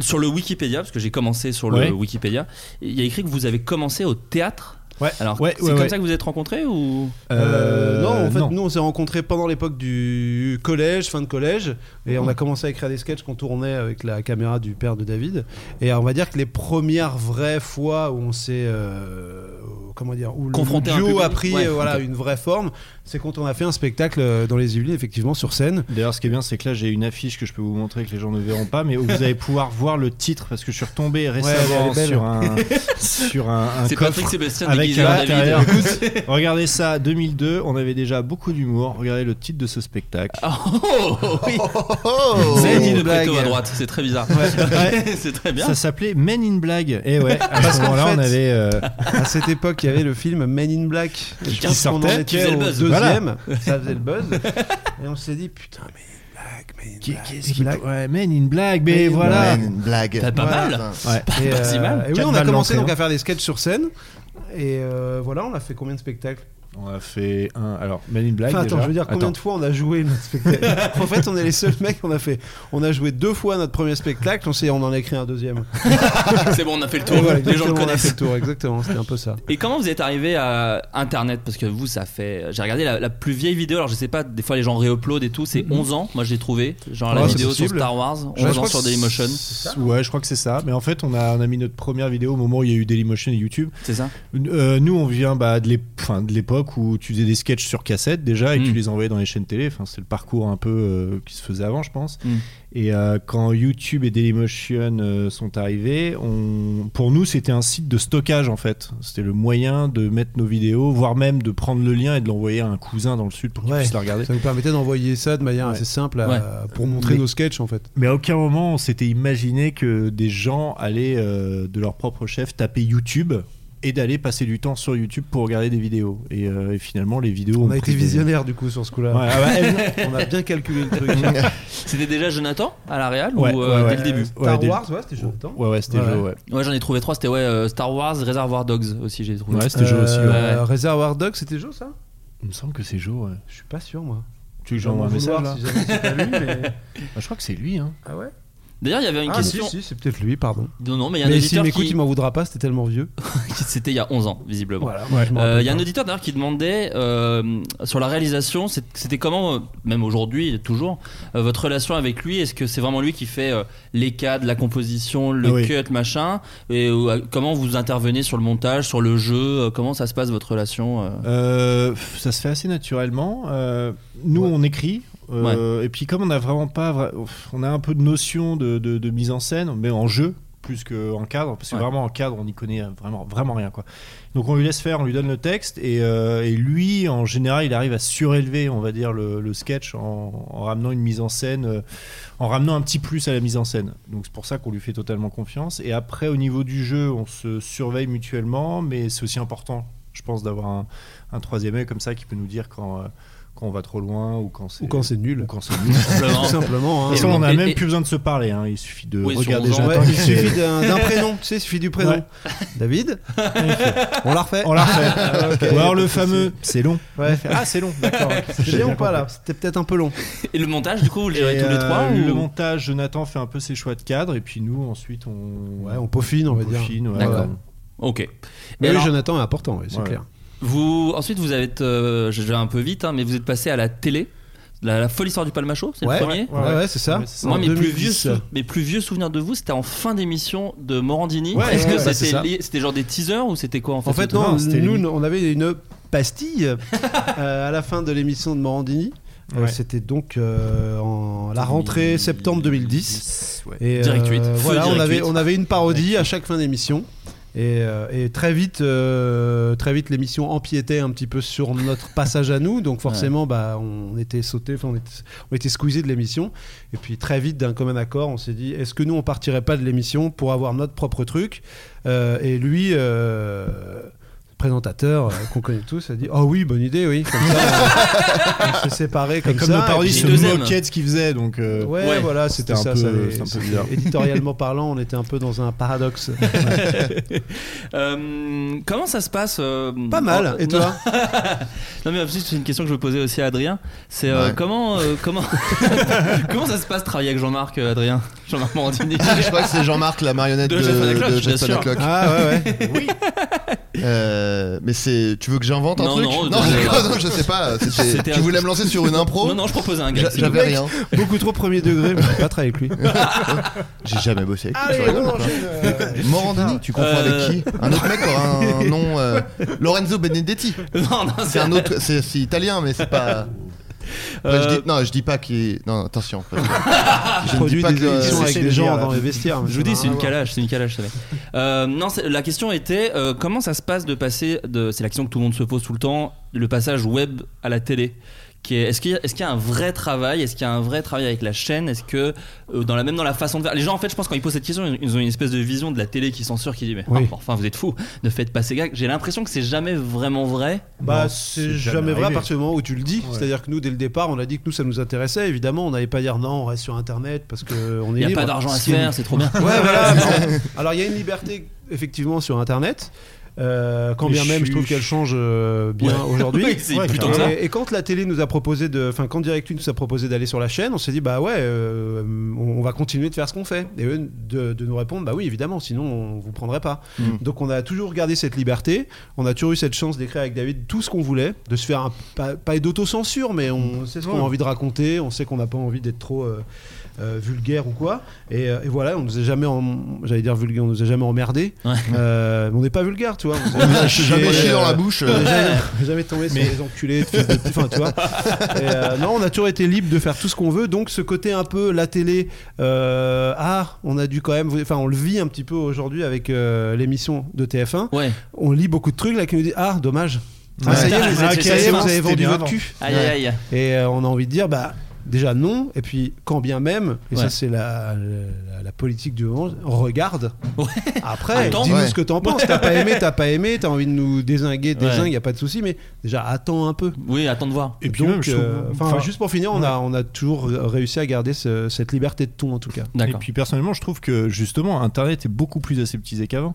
sur le Wikipédia, parce que j'ai commencé sur le
Ouais.
Wikipédia, il y a écrit que vous avez commencé au théâtre.
Ouais.
Alors,
Ouais,
c'est
ouais,
comme
ouais.
ça que vous êtes rencontrés ou
Euh, non, en fait,
non.
nous on s'est rencontrés pendant l'époque du collège, fin de collège, et on a commencé à écrire des sketchs qu'on tournait avec la caméra du père de David. Et euh, on va dire que les premières vraies fois où on s'est, euh, comment dire, où le-
Confronté à
le
un
duo
public.
a pris
Ouais,
euh, voilà
ok.
une vraie forme, c'est quand on a fait un spectacle euh, dans les Yvelines, effectivement sur scène.
D'ailleurs, ce qui est bien, c'est que là, j'ai une affiche que je peux vous montrer que les gens ne verront pas, mais où vous allez pouvoir voir le titre parce que je suis retombé
elle
récemment
est belle.
sur un sur un, un
C'est
coffre
Patrick Sébastien
avec
déguisé en
à
David.
l'intérieur. Écoute, regardez ça, 2002, on avait déjà beaucoup d'humour. Regardez le titre de ce spectacle.
Oh, oui.
Oh, oh.
C'est dit de
blague.
Preto à droite, c'est très bizarre.
Ouais.
*laughs* c'est très bien.
Ça s'appelait Men in Blague. Et ouais, à
*laughs* Parce
ce
qu'en
moment-là,
fait-
on avait euh,
À cette époque, il y avait le film Men in Black. Je
Qui
pense qu'on en
sortait, qui
était
faisait
au
le buzz.
deuxième, ça faisait le buzz, et on
*laughs*
s'est dit putain mais. Men in
Qui-
Black,
qu'est-ce
Men in
qui-
Black.
Ouais, Men in Black, mais
Men in
voilà.
Ouais, une blague.
Pas- pas mal.
Putain.
Ouais. euh,
Et, euh,
Pas si mal.
et oui,
Quatre
on a
balles
commencé
l'entrée,
donc
hein.
à faire des sketchs sur scène. Et euh, voilà, on a fait combien de spectacles
On a fait un. Alors, Men in Black.
Enfin, attends,
déjà.
je veux dire, combien
Attends.
de fois on a joué notre spectacle
*laughs*
En fait, on est les seuls mecs qu'on a fait. On a joué deux fois notre premier spectacle, on, s'est- on en a écrit un deuxième.
*laughs* C'est bon, on a fait le
Et
tour.
voilà,
les gens le
exactement, on a fait
connaissent.
le tour, exactement, c'était un peu ça.
Et comment vous êtes arrivé à Internet Parce que vous, ça fait. J'ai regardé la, la plus vieille vidéo. Alors, je sais pas, des fois, les gens réuploadent et tout. C'est 11 ans. Moi, je l'ai trouvé. Genre,
Mhm.
la
Ouais, c'est
vidéo sur
possible.
Star Wars,
Ouais, je
11 ans
crois
sur
que c'est-
Dailymotion.
Ouais, je crois que c'est ça. Mais en fait, on a, on a mis notre première vidéo au moment où il y a eu Dailymotion et YouTube.
C'est ça
Euh, nous, on vient bah, de l'ép- enfin, de l'époque l'époque où tu faisais des sketchs sur cassette déjà et
Hmm.
tu les envoyais dans les chaînes télé. Enfin, c'est le parcours un peu euh, qui se faisait avant, je pense.
Mm.
Et euh, quand YouTube et Dailymotion euh, sont arrivés, on... pour nous, c'était un site de stockage en fait. C'était le moyen de mettre nos vidéos, voire même de prendre le lien et de l'envoyer à un cousin dans le sud pour qu'il puisse la regarder.
Ça nous permettait d'envoyer ça de manière assez simple à- pour montrer
Mais-
nos sketchs en fait.
Mais à aucun moment on s'était imaginé que des gens allaient euh, de leur propre chef taper YouTube et d'aller passer du temps sur YouTube pour regarder des vidéos. Et, euh, et finalement, les vidéos.
On
ont
a été
pris des-
visionnaire du coup sur ce coup-là.
Ouais, ah
*laughs*
ouais,
on a bien calculé le truc.
*laughs* C'était déjà Jonathan à la Real
Ouais,
ou euh,
ouais,
dès
ouais.
le début
Ouais, dès le- Ouais, ouais, c'était
Ouais.
Joe, ouais.
Ouais, j'en ai trouvé trois. C'était ouais, euh, Star Wars, Reservoir Dogs aussi, j'ai trouvé.
Ouais, c'était Joe aussi, ouais.
Euh, Reservoir Dogs, c'était Joe ça
Il me semble que c'est Joe, ouais.
Je suis pas sûr moi.
Tu veux que
Je vais
j'envoie un
m'en
message
vouloir
là
si jamais c'est pas
*laughs*
lui, mais-
Bah, Je crois que c'est lui, hein.
Ah ouais
D'ailleurs, il y avait une
Ah,
question.
Si, si, c'est peut-être lui, pardon.
Non, non, mais il y a un
si
auditeur
m'écoute,
qui-
il m'en voudra pas, c'était tellement
*laughs*
vieux.
C'était il y a 11 ans, visiblement.
Voilà,
Euh,
moi,
Il
je m'en rappelle
y a un
pas.
auditeur d'ailleurs qui demandait euh, sur la réalisation, c'est- c'était comment, euh, même aujourd'hui, toujours, euh, votre relation avec lui Est-ce que c'est vraiment lui qui fait euh, les cadres, la composition, le
Ah oui.
cut, machin Et euh, comment vous intervenez sur le montage, sur le jeu euh, Comment ça se passe votre relation euh
Euh, ça se fait assez naturellement. Euh, nous, on écrit. euh, Et puis, comme on a vraiment pas. vra- On a un peu de notion de, de- de mise en scène, mais en jeu plus qu'en cadre, parce que
Ouais.
vraiment en cadre, on n'y connaît vraiment, vraiment rien. quoi. Donc, on lui laisse faire, on lui donne le texte, et, euh, et lui, en général, il arrive à surélever, on va dire, le, le sketch en, en ramenant une mise en scène, euh, en ramenant un petit plus à la mise en scène. Donc, c'est pour ça qu'on lui fait totalement confiance. Et après, au niveau du jeu, on se surveille mutuellement, mais c'est aussi important, je pense, d'avoir un, un troisième œil comme ça qui peut nous dire quand, euh, quand on va trop loin ou quand c'est
Ou quand c'est nul.
Ou quand c'est
*laughs*
nul.
Tout simplement, hein.
De toute façon, on n'a
Et-
même
et-
plus besoin de se parler. hein. Il suffit de
Oui, sur
regarder.
onze ans,
Jonathan
ouais,
qui
il
fait- *laughs*
suffit d'un d'un prénom, tu sais, il suffit du prénom.
Ouais.
*laughs*
*laughs*
David On la refait
On la *laughs* refait.
*laughs* Ah, ok.
Ou alors le fameux, c'est long.
Ouais.
Ah, *laughs* c'est long, d'accord. ok.
C'est
J'ai
bien
bien
ou pas là
compris.
C'était peut-être un peu long.
Et le montage, du coup, vous le
Et,
gérez tous les
euh,
trois ou-
Le montage, Jonathan fait un peu ses choix de cadre, et puis nous, ensuite, on.
Ouais, on peaufine, on va dire.
peaufine, ouais.
D'accord.
Ouais.
Ok.
Mais
Et
oui,
alors-
Jonathan est important, oui, c'est
Ouais.
clair.
Vous ensuite vous avez euh, je vais un peu vite hein, mais vous êtes passé à la télé. La, la folle histoire du palmacho, c'est
Ouais.
le premier.
Ouais, ouais, ouais, c'est ça. Ouais, c'est ça.
Moi,
En
mes plus,
2010.
vieux, sou- mes plus vieux souvenirs de vous, c'était en fin d'émission de Morandini.
Ouais,
Est-ce
ouais,
que
ouais, c'est
c'était
ça.
lié- c'était genre des teasers ou c'était quoi en fait
En fait,
le truc
non, nous, on avait une pastille euh, à la fin de l'émission de Morandini. Euh,
Ouais.
C'était donc euh, en la rentrée septembre 2010.
ouais.
Et, euh,
Direct tweet. Feu
Voilà,
direct
on avait,
tweet.
on avait une parodie à chaque fin d'émission. Et, euh, et très vite, euh, très vite, l'émission empiétait un petit peu sur notre
*laughs*
passage à nous. Donc forcément, bah, on était sauté, on était, on était squeezé de l'émission. Et puis très vite, d'un commun accord, on s'est dit est-ce que nous on partirait pas de l'émission pour avoir notre propre truc Euh, Et lui. euh, présentateur euh, qu'on connaît tous a dit oh oui bonne idée oui comme euh, ça, *laughs* on s'est séparés comme,
Comme,
ça
nos parodies
et puis-
se moquaient de ce qu'ils faisaient, donc. euh,
Ouais, voilà, c'était ça.
un peu-
ça avait-
c'était un peu
c'était-
bizarre.
Éditorialement parlant, on était un peu dans un *laughs* paradoxe.
*laughs* Euh, comment ça se passe euh,
Pas mal,
en-
et toi
*laughs* Non mais en plus, c'est une question que je me posais aussi à Adrien. C'est euh,
Ouais.
comment euh,
*laughs*
comment comment ça se passe de travailler avec Jean-Marc euh, Adrien Jean-Marc Morandini.
Ah, Je crois que c'est Jean-Marc, la marionnette
De
de,
Jeff Hancock, bien
de Jeff
sûr.
Hancock.
Ah ouais, ouais.
*laughs* *laughs* Euh, mais c'est, tu veux que j'invente un
Non,
truc
non,
non,
désolé.
d'accord, non, je sais
*laughs*
pas. euh, c'était-
C'était
tu
un-
voulais me lancer sur une impro
Non non, je proposais un
J'a-
gars.
J'avais rien.
Beaucoup trop premier degré, mais je vais pas travailler avec lui.
J'ai jamais bossé avec
Allez,
lui. je rigole
on
ou pas
enchaîne, euh,
Morandini, tu confonds
Euh,
avec qui Un autre mec qui aura un nom. euh, *laughs* Lorenzo Benedetti.
Non, non,
C'est un autre. C'est c'est italien, mais c'est pas. Après, je
Euh,
dis- non, je dis pas qu'il. est- Non,
*laughs*
attention. parce que-
Je
ne
produis
dis pas
des
que, euh,
émissions avec
j'essaie
des
de
gens
dire,
dans
là.
les vestiaires. mais
Je
ça
vous dis,
n'a
c'est
rien
une
à voir.
calage, c'est une calage, ça va. Euh, non, c'est- la question était euh, comment ça se passe de passer, de, c'est la question que tout le monde se pose tout le temps, le passage web à la télé. qui est- Est-ce qu'il y, est qu'il y a un vrai travail Est-ce qu'il y a un vrai travail avec la chaîne Est-ce que euh, dans la même dans la façon de faire, les gens en fait, je pense quand ils posent cette question, ils, ils ont une espèce de vision de la télé qui censure, qui dit mais
Oui.
ah, enfin vous êtes fous, ne faites pas ces gags. J'ai l'impression que c'est jamais vraiment vrai.
Bah,
Non,
c'est jamais vrai à
arrivé.
partir du moment où tu le dis. C'est-à-dire que nous, dès le départ, on a dit que nous, ça nous intéressait. Évidemment, on n'allait pas dire non, on reste sur Internet parce qu'on est
Il n'y a
libre.
pas d'argent à
Ce
se
qui est
faire, c'est trop bien.
Ouais,
*laughs*
voilà. bon. Alors, il y a une liberté, effectivement, sur Internet. euh, quand
Mais
bien
je
même,
suis-
je trouve qu'elle change euh, bien
Ouais.
aujourd'hui.
*laughs* Oui, c'est
Ouais,
plutôt
et,
carrément.
ça.
et quand la télé nous a proposé de, enfin quand Direct nous a proposé d'aller sur la chaîne, on s'est dit bah ouais, euh, on, on va continuer de faire ce qu'on fait. Et eux de, de nous répondre bah oui évidemment, sinon on vous prendrait pas. Donc on a toujours gardé cette liberté, on a toujours eu cette chance d'écrire avec David tout ce qu'on voulait, de se faire un, pas, pas d'autocensure, mais on sait ce qu'on a envie de raconter, on sait qu'on n'a pas envie d'être trop euh, euh, vulgaire ou quoi. Et, euh, et voilà, on nous a jamais, en- j'allais dire vulgaire, on nous a jamais emmerdé.
Ouais.
Euh, mais on n'est pas vulgaire, tu toi.
On vous a jamais chié dans la bouche.
on est jamais, on est jamais tombé sur
Mais-
les enculés, de fils de pute, enfin, tu vois. Et, euh, non, on a toujours été libre de faire tout ce qu'on veut. Donc ce côté un peu la télé, euh, ah, on a dû quand même, enfin, on le vit un petit peu aujourd'hui avec euh, l'émission de TF1. On lit beaucoup de trucs là qui nous dit ah, dommage. Ah,
Ouais.
ça y est,
Ah,
vous, êtes-
ok,
ça y est,
c'est
vous
bon,
avez
c'était
vendu
bien
votre
avant.
cul.
Aïe, aïe, aïe.
Et euh, on a envie de dire, bah, déjà non, et puis quand bien même, et
Ouais.
ça c'est la, la, la politique du moment, on regarde. Après,
Attends.
dis-nous
Ouais.
ce que t'en penses. T'as pas aimé, t'as pas aimé, t'as envie de nous désinguer,
Ouais.
désingue, y a pas de souci, mais déjà attends un peu.
Oui, attends de voir.
Et euh,
puis même, je trouve- hein. enfin,
juste pour finir, on, a, on a toujours réussi à garder ce- cette liberté de ton en tout cas.
Et puis personnellement, je trouve que justement, Internet est beaucoup plus aseptisé qu'avant.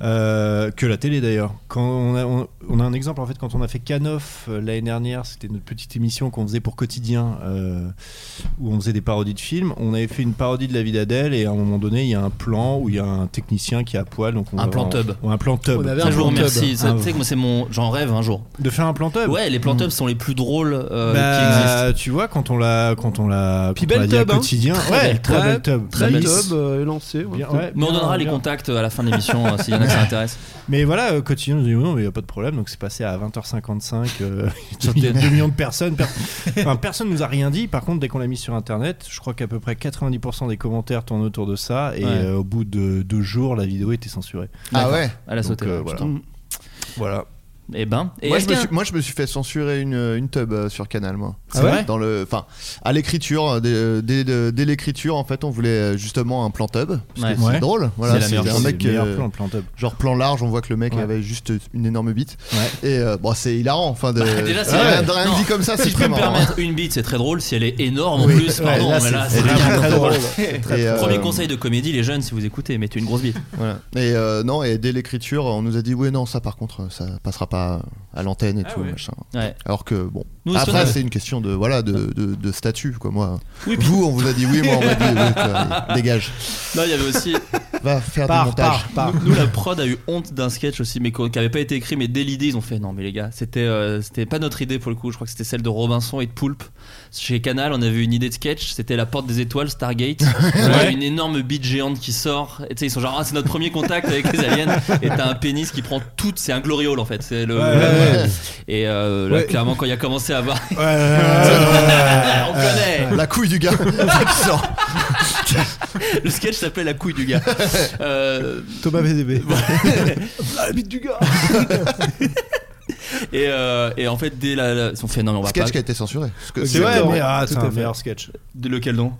euh, que la télé d'ailleurs. Quand on a, on, on a un exemple en fait quand on a fait Canoff euh, l'année dernière, c'était notre petite émission qu'on faisait pour quotidien euh, où on faisait des parodies de films. On avait fait une parodie de La vie d'Adèle et à un moment donné il y a un plan où il y a un technicien qui est à poil donc on
Un plan
on-
tub.
ou un plan tub. Ah,
Ça, je vous remercie. Ça, Tu sais que moi, c'est mon. J'en rêve un jour.
De faire un plan tub
Ouais, les plans tubs sont les plus drôles euh, qui
Bah,
existent.
tu vois quand on l'a quand on l'a quand on
belle
l'a dit à
tub, hein.
quotidien
Très
ouais
belle
très
tub.
belle tub
Très belle
Lisse.
tub,
Euh, lancé, ouais.
Mais on donnera les contacts euh, à la fin de l'émission euh, s'il y en a qui
*laughs*
ça intéresse.
Mais voilà, euh, quotidien nous dit non, mais il n'y a pas de problème. Donc c'est passé à 20h55.
*laughs*
euh,
Sur
il y a
tes-
2 millions de personnes. per- Enfin, personne nous a rien dit. Par contre, dès qu'on l'a mis sur internet, je crois qu'à peu près 90% des commentaires tournent autour de ça. Et
Ouais.
euh, au bout de deux jours, la vidéo était censurée.
Ah ouais
Elle a
Donc,
sauté.
euh, voilà. Voilà.
Et ben. Et
moi,
est-ce
je me
qu'il y a-
suis, moi, je me suis fait censurer une, une tub euh, sur Canal, moi.
Ah C'est ouais vrai
Dans le, enfin, à l'écriture, euh, dès, dès- dès- dès l'écriture, en fait, on voulait euh, justement un plan tub. parce
Ouais.
que C'est
Ouais.
drôle.
C'est
Voilà,
la
c'est
meilleure
un
chose,
mec
c'est le meilleur
euh,
plan, le plan tub.
Genre plan large, on voit que le mec
Ouais.
avait juste une énorme bite. Et euh, bon, c'est hilarant. Enfin, de, Ah
Bah, *laughs* déjà, c'est
Ouais,
ouais.
de rien
Non.
dit comme ça, hein.
Si
c'est
je peux
très
me
marrant.
permettre une bite, c'est très drôle. Si elle est énorme en
Oui.
plus,
Ouais,
pardon,
là,
mais là,
c'est
c'est
vraiment
vraiment
très
drôle.
drôle. C'est très,
Et, euh,
très
Premier
drôle.
conseil de comédie, les jeunes, si vous écoutez, mettez une grosse bite.
Voilà. Et euh, non, et dès l'écriture, on nous a dit oui, non, ça par contre, ça passera pas à l'antenne et tout machin.
Ouais.
Alors que bon,
Nous, sur
après
la-
c'est une question de voilà de, de, de statut quoi. Moi,
*laughs*
Oui, puis-
vous on vous a dit oui, moi on m'a dit oui, toi, allez, dégage.
Non, il y avait aussi.
Va faire du montage.
Nous, nous, la prod a eu honte d'un sketch aussi, mais qu'on- qui n'avait pas été écrit, mais dès l'idée, ils ont fait non, mais les gars, c'était euh, c'était pas notre idée pour le coup. Je crois que c'était celle de Robinson et de Poulpe. Chez Canal, on avait une idée de sketch, c'était la porte des étoiles,
*laughs*
Stargate. Il y a une énorme bite géante qui sort. Et tu sais, ils sont genre, ah, c'est notre premier contact avec les aliens. Et t'as un pénis qui prend toute. C'est un gloriole en fait. C'est le.
Ouais,
le-
ouais, ouais.
Et euh, là,
Ouais.
clairement, quand il a commencé à voir.
*laughs*
*laughs* on
Euh,
connaît.
La couille
*laughs*
du gars qui sort. *laughs*
Le sketch s'appelait La couille du gars. Euh,
Thomas
*laughs*
VDB.
La bite du *laughs* gars et, euh, et en fait, dès la. la- Ils sont fait non, mais on va
Sketch
pas.
qui a été censuré. Parce que-
C'est vrai,
Exactement.
mais-
Ah,
Tout
c'est
à
un
fait.
meilleur sketch.
De lequel donc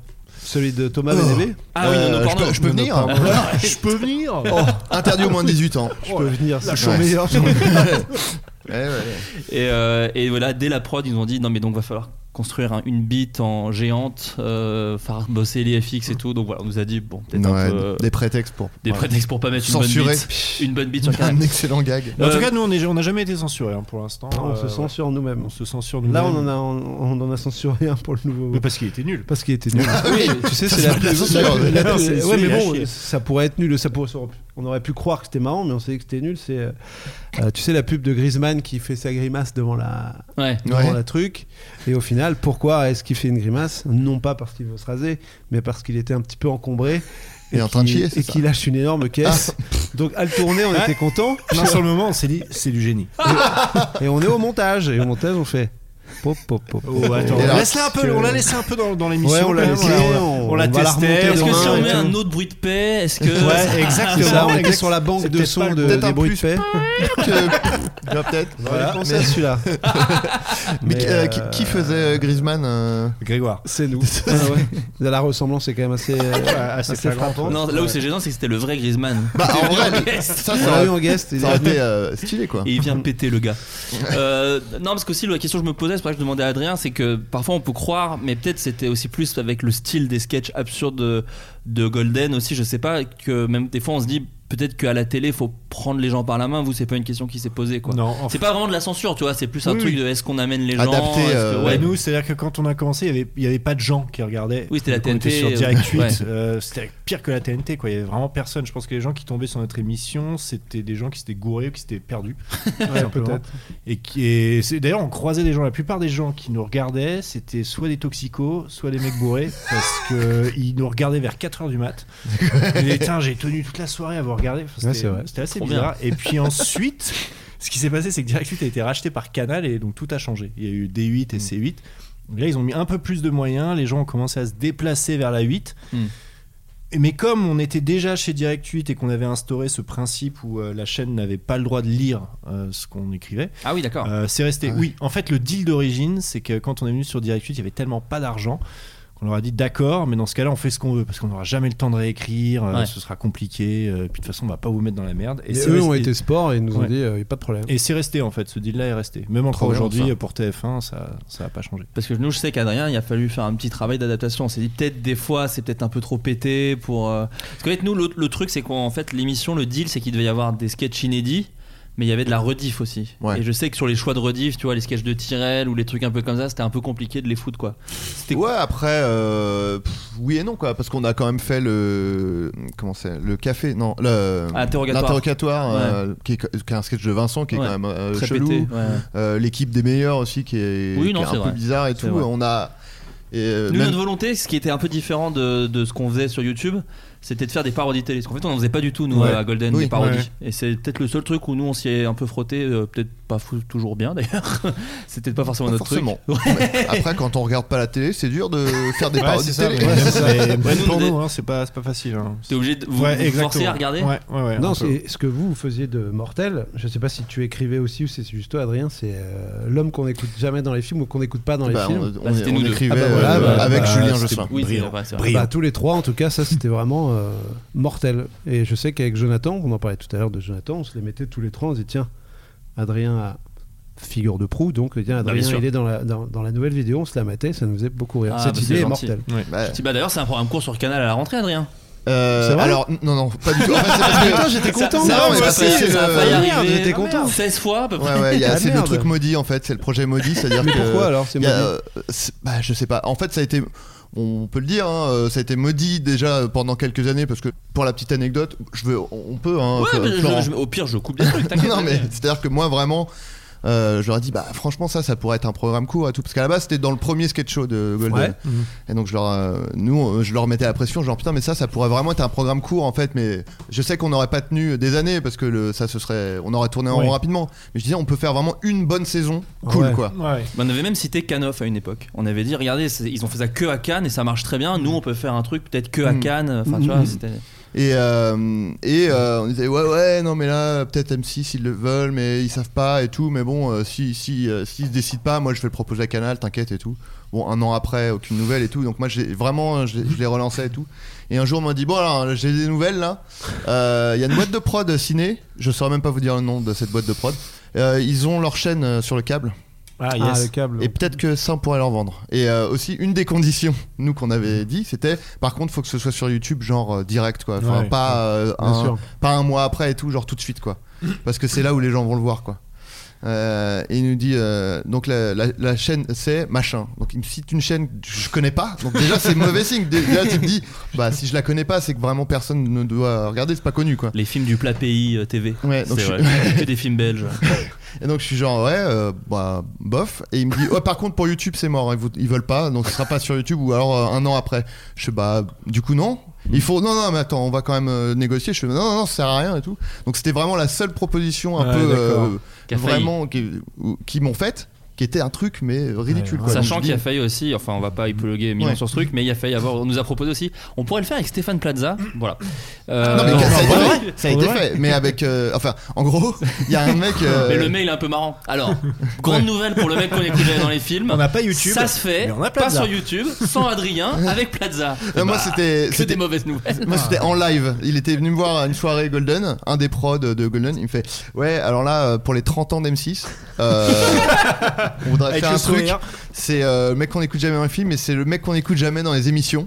Celui de Thomas
Oh.
VDB.
Ah oui, non,
Euh,
non,
je peux,
pardon.
je peux
Non,
venir
non, pardon.
*laughs* Je peux venir
Oh, Interdit au moins de 18 ans.
Je peux venir,
la
c'est
chance.
meilleur.
*laughs* Ouais, ouais.
Et, euh, et voilà, dès la prod, ils nous ont dit non, mais donc va falloir construire un- une bite en géante, euh, faire bosser les FX et tout. Donc voilà, on nous a dit bon, peut-être un
Ouais,
peu. euh,
Des prétextes pour.
Des
voilà.
prétextes pour pas mettre une
Censurer.
bonne bite. Une bonne bite sur Canal.
Un excellent gag.
Mais En
Euh,
tout cas, nous, on est- on n'a jamais été censuré pour l'instant.
On se
Euh, ouais.
censure nous-mêmes.
On se censure
Là, on en
nous-mêmes.
a, on, on en a censuré un pour le nouveau.
Mais parce qu'il était Ah nul.
Parce qu'il était nul.
oui,
*laughs* tu sais,
Ah Ça,
c'est
c'est
la
pas de la
*laughs*
plus-
censure,
la plus- la
mais-
plus-
c'est-
Ouais,
c'est
mais
à
bon,
chier.
ça pourrait être nul. Ça pourrait- ça aurait pu- on aurait pu croire que c'était marrant, mais on savait que c'était nul. C'est, euh, euh, tu sais, la pub de Griezmann qui fait sa grimace devant la,
Ouais.
devant
Ouais.
la truc. Et au final, pourquoi est-ce qu'il fait une grimace Non pas parce qu'il veut se raser, mais parce qu'il était un petit peu encombré.
Il est en train de
qu'il-
chier, c'est
Et
ça Ah.
qu'il lâche une énorme caisse. Donc, à le tourner, on
Ouais.
était content.
Non, sur le moment, on s'est dit, c'est du génie.
Et on est au montage. Et au montage, on fait. Pop, pop, pop. pop.
Oh, attends.
Et là,
Laisse-la un peu, on l'a laissé un peu dans, dans l'émission.
Ouais, on l'a
quand même,
laissé,
on l'a-
on-
on l'a
on va la remonter
testé.
Est-ce
Est-ce que si
demain
on
et
met
tout.
un autre bruit de paix, est-ce que.
Ouais,
C'est ça,
exactement.
on était
exact-
sur la banque
c'est
de
peut-être
son
pas
de,
le-
peut-être
des
un
bruits de
plus.
paix.
Que- Ouais, peut-être.
J'aurais pensé à
*laughs*
celui-là.
Mais,
Mais,
euh, qui,
euh,
qui faisait euh, Griezmann euh,
Grégoire.
C'est
*laughs*
nous. Ah La ressemblance est quand même assez, euh, assez, frappante.
Non, là où c'est gênant, c'est que c'était le vrai Griezmann.
Bah, en vrai,
Orchestre.
ça,
On
ça
l'a eu
aurait,
en guest. il
ça
est
aurait
venu.
été euh, stylé quoi.
Et il vient de péter le gars. Euh, non, parce qu'aussi, la question que je me posais, c'est pour ça que je demandais à Adrien, c'est que parfois on peut croire, mais peut-être c'était aussi plus avec le style des sketchs absurdes de, de Golden aussi, je sais pas, que même des fois on se dit peut-être qu'à la télé faut prendre les gens par la main, vous c'est pas une question qui s'est posée quoi.
Non, en
C'est pas vraiment de la censure, tu vois, c'est plus un
Oui,
truc
oui.
de est-ce qu'on amène les gens
Adapté,
est-ce que-
euh,
ouais.
Ouais, Bah, nous, c'est-à-dire que quand on a commencé, il n'y avait, il y avait pas de gens qui regardaient.
Oui, c'était la
Donc, on était
TNT,
sur
euh,
Direct 8.
ouais.
euh, c'était pire que la TNT, quoi. Il n'y avait vraiment personne. Je pense que les gens qui tombaient sur notre émission, c'était des gens qui s'étaient gourés ou qui
*laughs*
s'étaient perdus. tout simplement.
peut-être.
Et, qui- et c'est- d'ailleurs, on croisait des gens. La plupart des gens qui nous regardaient, c'était soit des toxicos, soit des
*laughs*
mecs bourrés, parce qu'ils nous regardaient vers 4h du mat. Et, tiens, j'ai tenu toute la soirée à vous regardé. Enfin,
Ouais,
c'était-
c'est vrai.
C'était assez
Trop
bizarre.
bien.
Et
*laughs*
puis ensuite, ce qui s'est passé, c'est que Direct 8 a été racheté par Canal et donc tout a changé. Il y a eu
Mm.
D8 et C8. Donc là, ils ont mis un peu plus de moyens. Les gens ont commencé à se déplacer vers la 8.
Hmm.
Et- Mais comme on était déjà chez Direct 8 et qu'on avait instauré ce principe où euh, la chaîne n'avait pas le droit de lire euh, ce qu'on écrivait,
Ah oui, d'accord.
euh, c'est resté. Oui, en fait, le deal d'origine, c'est que quand on est venu sur Direct 8, il y avait tellement pas d'argent qu'on leur a dit d'accord, mais dans ce cas-là, on fait ce qu'on veut parce qu'on n'aura jamais le temps de réécrire, euh,
Ouais.
ce sera compliqué, euh, puis de toute façon, on va pas vous mettre dans la merde.
Mais
c'est
eux
resté-
ont été sport et nous ont
Ouais.
dit euh, y a pas de problème.
Et c'est resté en fait, ce deal-là est resté. Même encore
Trop bien,
aujourd'hui,
ça.
euh, pour TF1, ça ça a pas changé.
Parce que nous, je sais qu'Adrien, il a fallu faire un petit travail d'adaptation. On s'est dit peut-être des fois, c'est peut-être un peu trop pété pour. euh, Parce qu'en fait, nous, le, le truc, c'est qu'en fait, l'émission, le deal, c'est qu'il devait y avoir des sketchs inédits. Mais il y avait de la rediff aussi. Et je sais que sur les choix de rediff, tu vois, les sketchs de Tyrell ou les trucs un peu comme ça, c'était un peu compliqué de les foutre, quoi.
Ouais, après, euh, pff, oui et non, quoi, parce qu'on a quand même fait le. Comment c'est Le café Non, le-
Interrogatoire.
l'interrogatoire, euh,
Ouais.
qui, est, qui est un sketch de Vincent qui est
Ouais.
quand même euh,
Très
chelou.
pété, ouais.
Euh, L'équipe des meilleurs aussi qui est,
Oui,
qui
non,
est
c'est
un
vrai.
peu bizarre et
C'est
tout.
vrai.
On a. et, euh,
Nous,
même-
notre volonté, ce qui était un peu différent de, de ce qu'on faisait sur YouTube, c'était de faire des parodies télé. Parce qu'en fait, on n'en faisait pas du tout, nous,
Ouais.
à Golden,
Oui.
des parodies.
Ouais.
Et c'est peut-être le seul truc où nous, on s'y est un peu frotté, euh, peut-être pas fou- toujours bien d'ailleurs. *laughs* c'était peut-être pas forcément
Pas
notre
forcément.
truc.
Mais Après, quand on regarde pas la télé, c'est dur de faire des
Ouais,
parodies
c'est ça,
télé. *laughs*
mais *laughs* même- mais même
nous,
pour
on est-
nous, hein, c'est pas, c'est pas facile. hein.
T'es obligé de vous,
Ouais,
vous forcer
exactement.
à regarder
Ouais, ouais, ouais, un
non,
peu.
c'est ce que vous faisiez de mortel. Je sais pas si tu écrivais aussi ou c'est juste toi, Adrien. C'est euh, l'homme qu'on n'écoute jamais dans les films ou qu'on n'écoute pas dans
Bah,
les
on-
films. Ah
on- Bah, c'était on nous deux. écrivait, euh, avec Julien
bah, c'était
Josselin.
Oui, c'est
brillant.
vrai, c'est vrai.
Brillant. Bah, tous les trois, en tout cas, ça c'était vraiment euh, mortel. Et je sais qu'avec Jonathan, on en parlait tout à l'heure de Jonathan, on se les mettait tous les trois. On se dit tiens, Adrien a figure de proue, donc tiens,
Bah, bien
Adrien
sûr.
il est dans la, dans, dans la nouvelle vidéo. On se la mettait, ça nous faisait beaucoup rire.
Ah, bah,
Cette
c'est
idée est
gentil.
mortelle.
Ouais.
Je dis, bah, d'ailleurs, c'est un programme court sur Canal à la rentrée, Adrien.
Euh,
C'est vrai
alors, n- non, non,
*laughs*
pas du tout. En fait, c'est parce que-
Putain, j'étais
Ça-
content.
ça-
Non,
ça
mais
a
parce que
failli-
c'est
ça a
le-
failli
Ah,
arriver
merde, j'étais content.
16 fois à peu près.
Ouais, ouais, il y a-
Ah,
c'est le
merde.
truc maudit en fait, c'est le projet maudit, c'est-à-dire
Mais
que.
pourquoi, alors, c'est
il y a,
maudit
euh, c'est- bah, Je sais pas. En fait, ça a été. On peut le dire, hein, euh, ça a été maudit déjà pendant quelques années parce que pour la petite anecdote, je veux, on- on peut. Hein,
Ouais,
Flo-
mais je-
Florent.
je- au pire, je coupe des trucs, t'inquiète.
*laughs* non, mais c'est-à-dire que moi vraiment. euh, je leur ai dit, bah franchement, ça, ça pourrait être un programme court et tout. Parce qu'à la base, c'était dans le premier sketch show de Golden.
Ouais. Mhm.
Et donc, je leur, euh, nous, euh, je leur mettais la pression, genre putain, mais ça, ça pourrait vraiment être un programme court en fait. Mais je sais qu'on n'aurait pas tenu des années parce que le, ça, ce serait. On aurait tourné en
Ouais.
rond rapidement. Mais je disais, on peut faire vraiment une bonne saison cool
Ouais.
quoi.
Ouais.
Bah, on avait même cité Canoff à une époque. On avait dit, regardez, c'est- ils ont fait ça que à Cannes et ça marche très bien. Nous, on peut faire un truc peut-être que à
Mm.
Cannes. Enfin, tu vois,
Mm.
c'était.
Et, euh, et euh, on disait ouais ouais non mais là peut-être M6 ils le veulent mais ils savent pas et tout mais bon euh, si si euh, s'ils se décident pas moi je vais le proposer à Canal t'inquiète et tout bon un an après aucune nouvelle et tout donc moi j'ai vraiment je l'ai- je les relançais et tout et un jour on m'a dit bon alors j'ai des nouvelles là Euh, il y a une boîte de prod ciné je saurais même pas vous dire le nom de cette boîte de prod Euh, ils ont leur chaîne euh, sur le câble
Ah,
Ah,
yes.
le câble.
et peut-être que ça, on pourrait leur vendre. Et euh, aussi, une des conditions, nous, qu'on avait dit, c'était par contre, faut que ce soit sur YouTube, genre euh, direct, quoi. Enfin,
Ouais.
pas, euh,
Bien
un,
sûr.
pas un mois après et tout, genre tout de suite, quoi. Parce que c'est là où les gens vont le voir, quoi. Euh, et il nous dit euh, donc la, la- la chaîne c'est machin donc il me cite une chaîne que je connais pas donc déjà c'est mauvais signe déjà tu me dis bah si je la connais pas c'est que vraiment personne ne doit regarder c'est pas connu quoi
Les films du plat pays euh, TV.
Ouais, donc
c'est
je-
vrai.
*laughs*
que des films belges.
Et donc je suis genre ouais euh, bah bof et il me dit oh, par contre pour YouTube c'est mort ils, vou- ils veulent pas donc ce sera pas sur YouTube ou alors euh, un an après je fais bah du coup non il faut non non mais attends on va quand même euh, négocier je fais non non non ça sert à rien et tout donc c'était vraiment la seule proposition un
Ouais,
peu
d'accord.
euh,
Qui a failli.
vraiment qui, ou- qui m'ont faite qui était un truc mais ridicule quoi.
Sachant
Donc,
qu'il
je
a
dis,
failli aussi, enfin on va pas épiloguer mille
Ouais.
ans sur ce truc, mais il a failli avoir, on nous a proposé aussi, on pourrait le faire avec Stéphane Plaza, voilà. Euh, *laughs*
non mais ça a été
voilà.
fait, ça a été fait mais avec euh, enfin en gros il y a un mec euh,
*laughs* Mais le mail est un peu marrant.
*laughs*
Alors, grande nouvelle pour le mec qu'on écoutait dans les films.
On n'a pas YouTube.
Ça se fait,
mais on a
pas
Plaza.
sur YouTube, sans Adrien,
*laughs*
avec Plaza.
Non, moi,
Bah,
c'était-
que
c'était-
des mauvaises nouvelles.
*laughs*
Ah.
Moi c'était en live, il était venu me voir à une soirée Golden, un des prods de Golden, il me fait "Ouais, alors là euh, pour les 30 ans d'M6,
*laughs*
euh, on voudrait
Avec
faire
le
un truc.
sourire.
C'est euh, le mec qu'on écoute jamais dans les films mais c'est le mec qu'on écoute jamais dans les émissions."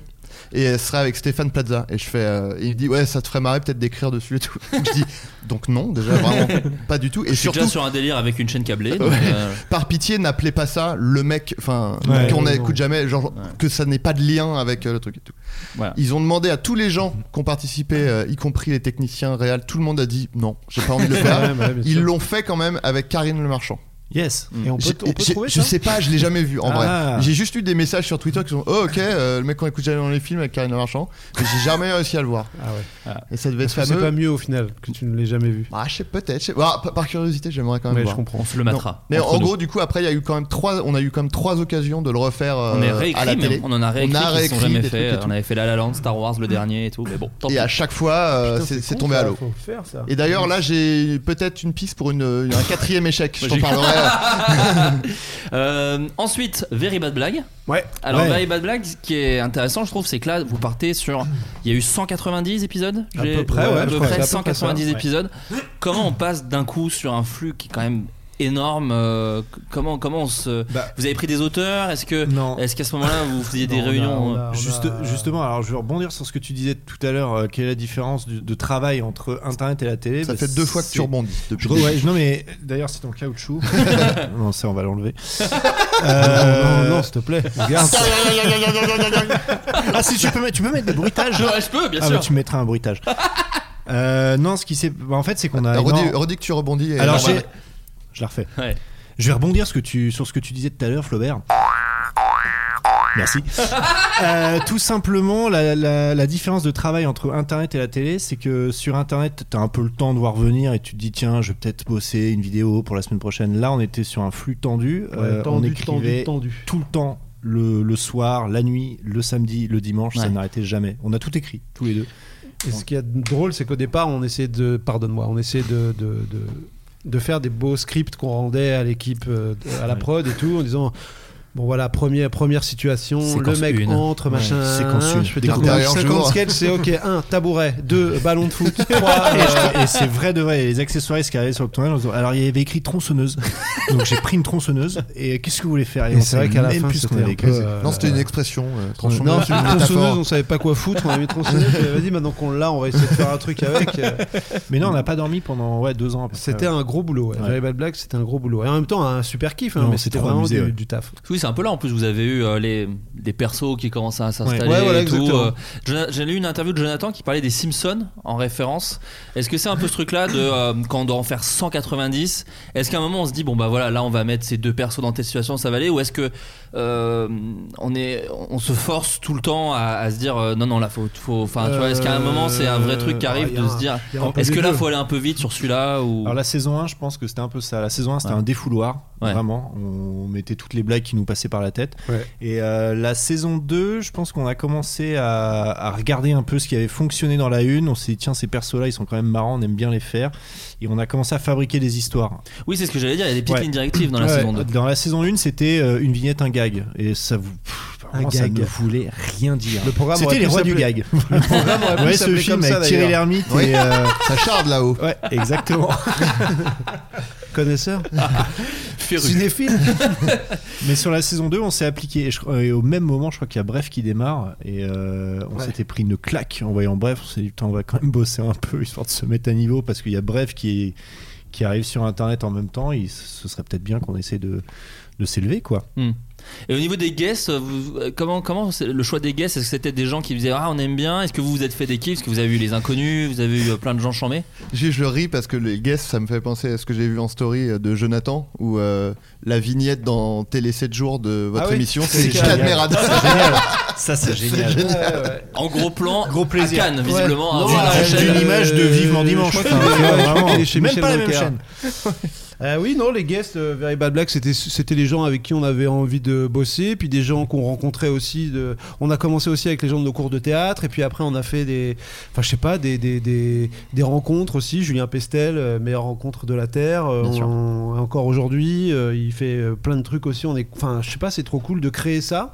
Et ce sera avec Stéphane Plaza. Et je fais, euh, il me dit, ouais, ça te ferait marrer peut-être d'écrire dessus et tout. *laughs* je dis, donc non, déjà vraiment
*laughs*
pas du tout. Et
Je suis
surtout,
déjà sur un délire avec une chaîne câblée. donc,
Ouais.
euh,
*laughs* par pitié, n'appelez pas ça le mec, enfin,
Ouais,
qu'on
non,
n'écoute jamais, genre que ça n'ait pas de lien avec euh, le truc et tout.
Voilà.
Ils ont demandé à tous les gens qui ont participé, euh, y compris
*laughs*
les techniciens réels, tout le monde a dit non, j'ai pas envie de le faire.
Ouais, ouais, bien
Ils
sûr.
l'ont fait quand même avec Karine Le Marchand.
Yes.
Et on peut,
J'ai-
on peut
j'ai-
trouver
Je
ça
sais pas, je l'ai jamais vu en
Ah.
vrai. J'ai juste eu des messages sur Twitter qui sont Oh, ok, euh, le mec qu'on écoute jamais dans les films avec Karine Le Marchand, mais j'ai jamais réussi à le voir.
Ah ouais.
Et ça devait
Parce
être
que c'est
fameux.
pas mieux au final que tu ne l'aies jamais vu.
Bah,
Ah, je sais peut-être. je sais- Ah, p- par curiosité, j'aimerais quand même
Mais
voir.
je comprends. On se le
Non.
matera,
Mais
entre
en
nous.
gros, du coup, après, il y a eu quand même trois. On a eu quand même trois occasions de le refaire euh,
on est réécrit,
à la
mais
télé.
on en a réécrit, qui se sont
réécrit
jamais euh.
des
fait.
trucs et
On
tout.
avait fait La La Land, Star Wars, le dernier et tout, mais bon, tant
Et
pis.
à chaque fois, euh,
Putain,
c'est
c'est
c'est
con,
tombé
ça,
à l'eau.
faut faire ça.
Et d'ailleurs, là, j'ai peut-être une piste pour une, un quatrième échec. Je
Moi,
t'en
j'ai-
parlerai.
*laughs* Euh, ensuite, Very Bad Blague.
Ouais.
Alors,
Ouais.
Very Bad Blague, ce qui est intéressant, je trouve, c'est que là, vous partez sur. Il y a eu 190 épisodes
À
j'ai-
peu près, ouais,
à
je
peu
crois que
près
c'est à peu près ça,
190
ouais.
épisodes. Comment on passe d'un coup sur un flux qui est quand même énorme euh, c- comment comment on se vous avez pris des auteurs est-ce que est-ce qu'à ce moment-là vous
*laughs*
faisiez des
Non, on a-
réunions
on a-
euh,
Juste- Justement, alors je vais rebondir sur ce que tu disais tout à l'heure. euh, quelle est la différence du- de travail entre Internet et la télé
Ça
Bah,
fait deux fois que
c'est-
tu rebondis depuis
Je
le
re-
début.
ouais, non mais d'ailleurs c'est
*laughs*
ton caoutchouc. non, ça on va l'enlever. Euh,
Non, non, non, s'il te
*laughs*
plaît, garde ça.
ah si tu peux mettre, tu peux mettre des bruitages.
Ouais, je peux, bien
Ah,
sûr.
bah, tu mettras un bruitage. Euh, non, ce qui s'est, bah, en fait, c'est qu'on a.
Redis-
énorme-
redis que tu rebondis et-
Alors
Non,
j'ai,
ouais.
je la refais.
Ouais.
Je vais rebondir ce que tu, sur ce que tu disais tout à l'heure, Flaubert. Merci. *laughs* Euh, tout simplement, la, la- la différence de travail entre Internet et la télé, c'est que sur Internet, t'as un peu le temps de voir venir et tu te dis, tiens, je vais peut-être bosser une vidéo pour la semaine prochaine. Là, on était sur un flux tendu.
Ouais,
Euh, on
tendu,
écrivait
tendu,
tout le temps, le, le soir, la nuit, le samedi, le dimanche, ça
Ouais.
n'arrêtait jamais. On a tout écrit, tous les deux.
Et ce qui est drôle, c'est qu'au départ, on essayait de, pardonne-moi, on essayait de, de, de, de faire des beaux scripts qu'on rendait à l'équipe, euh, à la prod et tout, en disant. Bon voilà, première, première situation,
Séquence
le mec
une.
entre,
Ouais,
machin,
séquence une.
je fais des coups,
L'intérieur
50
jour.
sketchs, c'est ok, 1, tabouret, 2, ballon de
*laughs*
foot, 3,
Et je- euh, et, c'est vrai de vrai. Les accessoires qui arrivaient sur le tournage, on- alors il y avait
*laughs*
écrit tronçonneuse. Donc j'ai pris une tronçonneuse. Et euh, qu'est-ce que vous voulez faire
Et
on
c'est vrai
savait
qu'à la
même
fin,
plus ce qu'on
c'était
avait
un
écrit.
peu, euh,
Non, c'était une expression. euh, tronçonneuse,
Non,
c'est une
tronçonneuse,
métaphore.
on savait pas quoi foutre, on a mis *laughs* tronçonneuse, mais vas-y, maintenant qu'on l'a, on va essayer de faire un truc avec. euh.
Mais *laughs* non, on n'a pas dormi pendant ouais, deux ans. à peu près.
C'était un gros boulot, ouais.
Ouais.
Very Bad Black, c'était un gros boulot. Et en même temps, un super kiff, hein,
Non,
mais
c'est
c'était
trop
vraiment
amusé,
du,
ouais.
du taf.
Oui, c'est un peu là. En plus, vous avez eu euh, les, des persos qui commencent à s'installer
Ouais, voilà,
et tout.
exactement.
Euh, Jona- J'ai lu une interview de Jonathan qui parlait des Simpsons en référence. Est-ce que c'est un peu ce truc-là de euh, quand on doit en faire 190 Est-ce qu'à un moment on se dit bon bah voilà, là on va mettre ces deux persos dans telle situation, ça va aller Ou est-ce que euh, on est, on se force tout le temps à, à se dire euh, non non là faut, faut enfin tu vois Est-ce qu'à un moment c'est un vrai truc qui
Euh,
arrive
il y a
de
un-
se dire
il y a un peu
est-ce
des
que là
deux.
faut aller un peu vite sur celui-là ou
Alors la saison 1, je pense que c'était un peu ça. La saison 1, c'était
Ouais.
un défouloir,
Ouais.
vraiment. On mettait toutes les blagues qui nous passaient par la tête.
Ouais.
Et euh, la saison 2, je pense qu'on a commencé à, à regarder un peu ce qui avait fonctionné dans la une. On s'est dit, tiens, ces persos-là, ils sont quand même marrants, on aime bien les faire. Et on a commencé à fabriquer des histoires.
Oui, c'est ce que j'allais dire. Il y a des petites
Ouais.
lignes directives dans la
Ouais,
saison 2.
Dans la saison 1, c'était euh, une vignette, un gag. Et ça vous. pff, vraiment, ça
gag.
ne voulait rien dire.
Le programme
C'était
aurait
les
pu
rois du
s'appeler-
gag.
*laughs* Le programme aurait pu
ouais, ce
s'appeler
film
comme ça,
avec Thierry
d'ailleurs.
Lhermitte.
Oui. *laughs*
Et, euh,
Ça charde là-haut.
Ouais, exactement.
Connaisseur *laughs* Cinéphile
Mais sur la saison 2, on s'est appliqué. Et, je crois- et au même moment, je crois qu'il y a Bref qui démarre. Et euh, on s'était pris une claque en voyant Bref. On s'est dit, putain, on va quand même bosser un peu, histoire de se mettre à niveau. Parce qu'il y a Bref qui, est- qui arrive sur Internet en même temps. Il, ce serait peut-être bien qu'on essaie de, de s'élever, quoi.
Hmm. Et au niveau des guests, euh, vous- euh, comment, comment c'est- le choix des guests Est-ce que c'était des gens qui disaient Ah, on aime bien Est-ce que vous vous êtes fait des kiffs Est-ce que vous avez eu les inconnus Vous avez eu euh, plein de gens chambés
*laughs* J'ai- Je, le ris parce que les guests, ça me fait penser à ce que j'ai vu en story euh, de Jonathan, où euh, la vignette dans Télé 7 jours de votre
Ah oui.
émission,
C'est
c'est
génial.
Cadmerada.
C'est génial.
*laughs*
Ça, c'est génial.
En gros plan,
Gros plaisir.
à Cannes, visiblement.
Ouais.
à
Non,
Rouen, à la
ouais,
chaîne.
d'une image de Vivement Dimanche.
Je crois qu'il
Enfin,
est-
vraiment.
je crois qu'il est chez
Même
Michel
pas la même
Drucker.
chaîne.
Euh, oui, non, les guests euh, Very Bad Black, c'était c'était les gens avec qui on avait envie de bosser, puis des gens qu'on rencontrait aussi. De... On a commencé aussi avec les gens de nos cours de théâtre, et puis après on a fait des, enfin je sais pas, des, des, des, des rencontres aussi. Julien Pestel, euh, meilleure rencontre de la terre, euh,
Bien sûr.
on- encore aujourd'hui, euh, il fait euh, plein de trucs aussi. On est, enfin je sais pas, c'est trop cool de créer ça.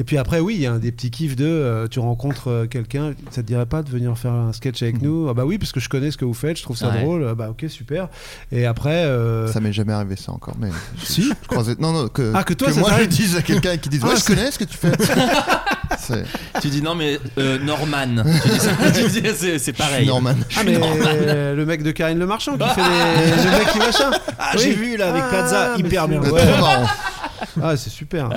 Et puis après, oui, il y a un des petits kiffs de euh, tu rencontres euh, quelqu'un, ça te dirait pas de venir faire un sketch
Mm.
avec nous Ah bah oui, parce que je connais ce que vous faites, je trouve ça
Ouais.
drôle. Ah Bah ok, super. Et après, euh,
Ça m'est jamais arrivé ça encore, mais je-
Si.
je croisais- Non, non, que,
Ah, que toi, ça
moi je
t'arrive.
dise à quelqu'un qui dise
Ah,
Ouais, je
c'est-
connais ce que
*laughs*
tu fais. C'est-
Tu dis non, mais euh,
*laughs*
Norman. tu dis ça, *laughs* tu dis, c'est- c'est pareil.
Norman.
Je
ah
suis
mais
Norman.
euh, le mec de Karine Le Marchand
*laughs*
qui fait *laughs* les, le mec qui machin.
Ah, j'ai vu, là, avec Plaza,
mais
hyper
c'est-
bien.
ouais. *laughs*
Trop marrant.
Ah c'est super.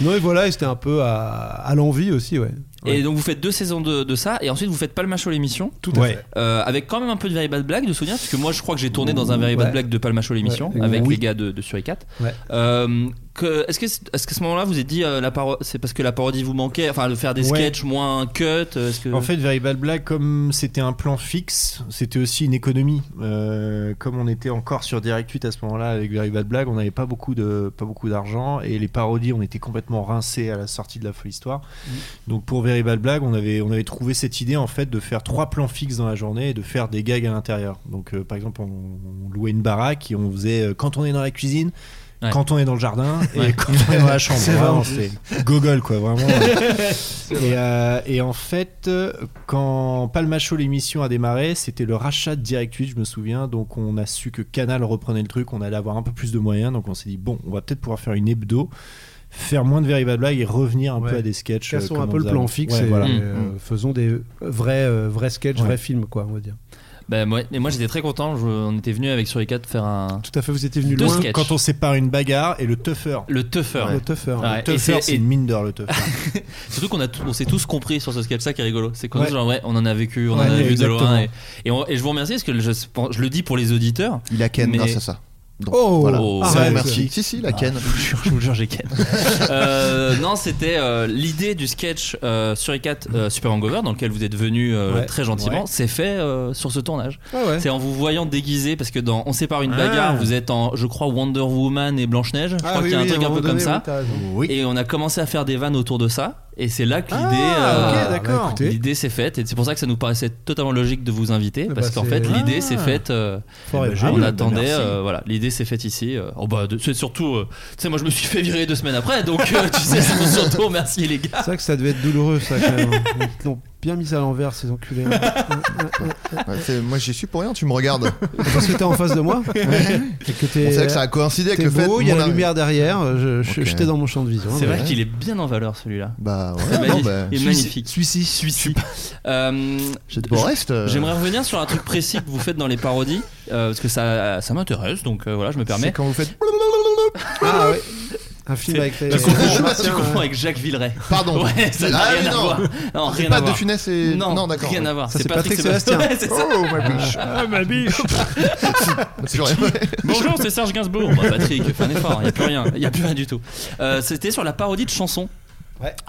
non et voilà, et c'était un peu à, à l'envie aussi, ouais.
Et donc vous faites deux saisons de, de ça, et ensuite vous faites pas le macho l'émission.
Tout à Ouais. fait.
Euh, avec quand même un peu de Very Bad Blague de souvenir, parce que moi je crois que j'ai tourné dans un Very Bad
Ouais.
Blague de Palmacho l'émission,
Ouais.
avec
Oui.
les gars de, de Suricat.
Ouais.
Euh, que- Est-ce que est-ce qu'à ce moment-là vous avez dit euh, la paro- c'est parce que la parodie vous manquait, enfin de faire des
Ouais.
sketchs moins cut euh, est-ce que...
En fait, Very Bad Black, comme c'était un plan fixe, c'était aussi une économie. Euh, comme on était encore sur Direct 8 à ce moment-là avec Very Bad Black, on n'avait pas beaucoup de pas beaucoup d'argent et les parodies, on était complètement rincés à la sortie de la folle histoire.
Mm.
Donc pour Very Bad Black, on avait on avait trouvé cette idée en fait de faire trois plans fixes dans la journée et de faire des gags à l'intérieur. Donc euh, par exemple, on, on louait une baraque et on faisait euh, quand on est dans la cuisine.
Ouais.
Quand on est dans
*laughs*
le jardin et
Ouais.
quand on est dans la chambre,
*laughs* C'est
Vraiment,
vraiment
c'est
juste.
gogol quoi,
*laughs*
vraiment.
*laughs* C'est vrai.
et, euh, et en fait, euh, quand Palmacho l'émission a démarré, c'était le rachat de Direct 8, je me souviens. Donc on a su que Canal reprenait le truc, on allait avoir un peu plus de moyens. Donc on s'est dit, bon, on va peut-être pouvoir faire une hebdo, faire moins de Very Bad Blague et revenir un peu
Ouais.
à des sketchs. euh,
Cassons
comme
un
on
peu le
faisait
plan
avant.
fixe
Ouais,
et
voilà.
Mm,
Mm,
euh, faisons des vrais, euh, vrais sketchs,
Ouais.
vrais films, quoi, on va dire.
Ben ouais, mais moi j'étais très content, je- on était venu avec Suricat faire un.
Tout à fait, vous étiez venu
Deux
loin.
sketchs.
Quand on sépare une bagarre et le tougher.
Le tougher.
Le tougher.
Ouais.
Le
Et
tougher, c'est
et-
une mine d'or, le tougher.
*laughs* Surtout qu'on a tout- on s'est tous compris sur ce sketch ça qui est rigolo. C'est qu'on
Ouais.
est genre ouais, on en a vécu, on
Ouais,
en a vu de
exactement.
loin. Et, et on- et je vous remercie parce que je, je le dis pour les auditeurs.
Il a ken
mais-
grâce à Ah, ça. Donc,
Oh,
voilà.
arrête.
Ça, merci.
Ah.
Si, si, la ken.
*laughs* je vous le jure, j'ai ken. *laughs* Euh, non, c'était euh, l'idée du sketch euh, sur E4 euh, Super Hangover dans lequel vous êtes venu euh,
Ouais.
très gentiment.
Ouais.
C'est fait euh, sur ce tournage.
Ah ouais.
C'est en vous voyant déguisé parce que dans On sépare une
Ah.
bagarre, vous êtes en, je crois, Wonder Woman et Blanche Neige. Je
Ah
crois
oui,
qu'il y a un
oui, à
truc
un
un peu
moment
comme
donné, oui,
ça.
t'as raison.
Et on a commencé à faire des vannes autour de ça. Et c'est là que l'idée, euh, bah,
Ah, ok, d'accord.
l'idée s'est faite. Et c'est pour ça que ça nous paraissait totalement logique de vous inviter
Bah,
parce qu'en
c'est-
fait l'idée
Ah.
s'est faite. euh,
Fort et
on
génial, bah,
attendait.
merci.
euh, voilà, l'idée s'est faite ici. euh, oh bah, de- c'est surtout. euh, tu sais, moi je me suis fait virer deux semaines après, donc euh, tu
*laughs*
sais, c'est surtout merci les gars.
C'est vrai que ça devait être douloureux, ça, quand même. Ils l'ont bien mis à l'envers, ces enculés.
Ouais, c'est- moi j'y suis pour rien, tu me regardes.
Parce que t'es en face de moi.
*laughs* Ouais.
Et que
Bon,
t'es.
c'est vrai que ça a coïncidé avec
t'es
le fait
beau,
que
Il y a
mon
la
arri-
lumière derrière. euh, je- je-
Ok.
J'étais dans mon champ de vision. hein,
C'est vrai
Ouais.
qu'il est bien en valeur celui-là.
Bah ouais,
C'est
non,
magnifique.
bah,
Il est
Suisse-
magnifique.
Suisse-
Suici. Euh,
J'ai de beaux
je-
restes, euh.
J'aimerais revenir sur un truc précis que vous faites dans les parodies, euh, parce que ça, ça m'intéresse, donc euh, voilà, je me permets.
C'est quand vous faites.
Ah ouais. Un film
C'est-
avec les.
Tu
*laughs*
confonds,
Martiens,
tu confonds
ouais.
avec Jacques Villeray.
Pardon.
Ouais, ça n'a
Ah,
rien
mais
à
non.
voir. Non,
C'est
rien
pas
à
De
voir.
Funès et-
Non,
non, d'accord.
Rien à voir.
Ça, c'est Patrick Sébastien.
*laughs* Ouais, c'est ça.
Oh ma biche.
Ah, ma biche.
*laughs* C'est toujours rien.
*laughs* Bonjour, c'est Serge Gainsbourg. Bah, Patrick, fais un effort, il n'y a plus rien, il n'y a plus rien du tout. Euh, C'était sur la parodie de chansons.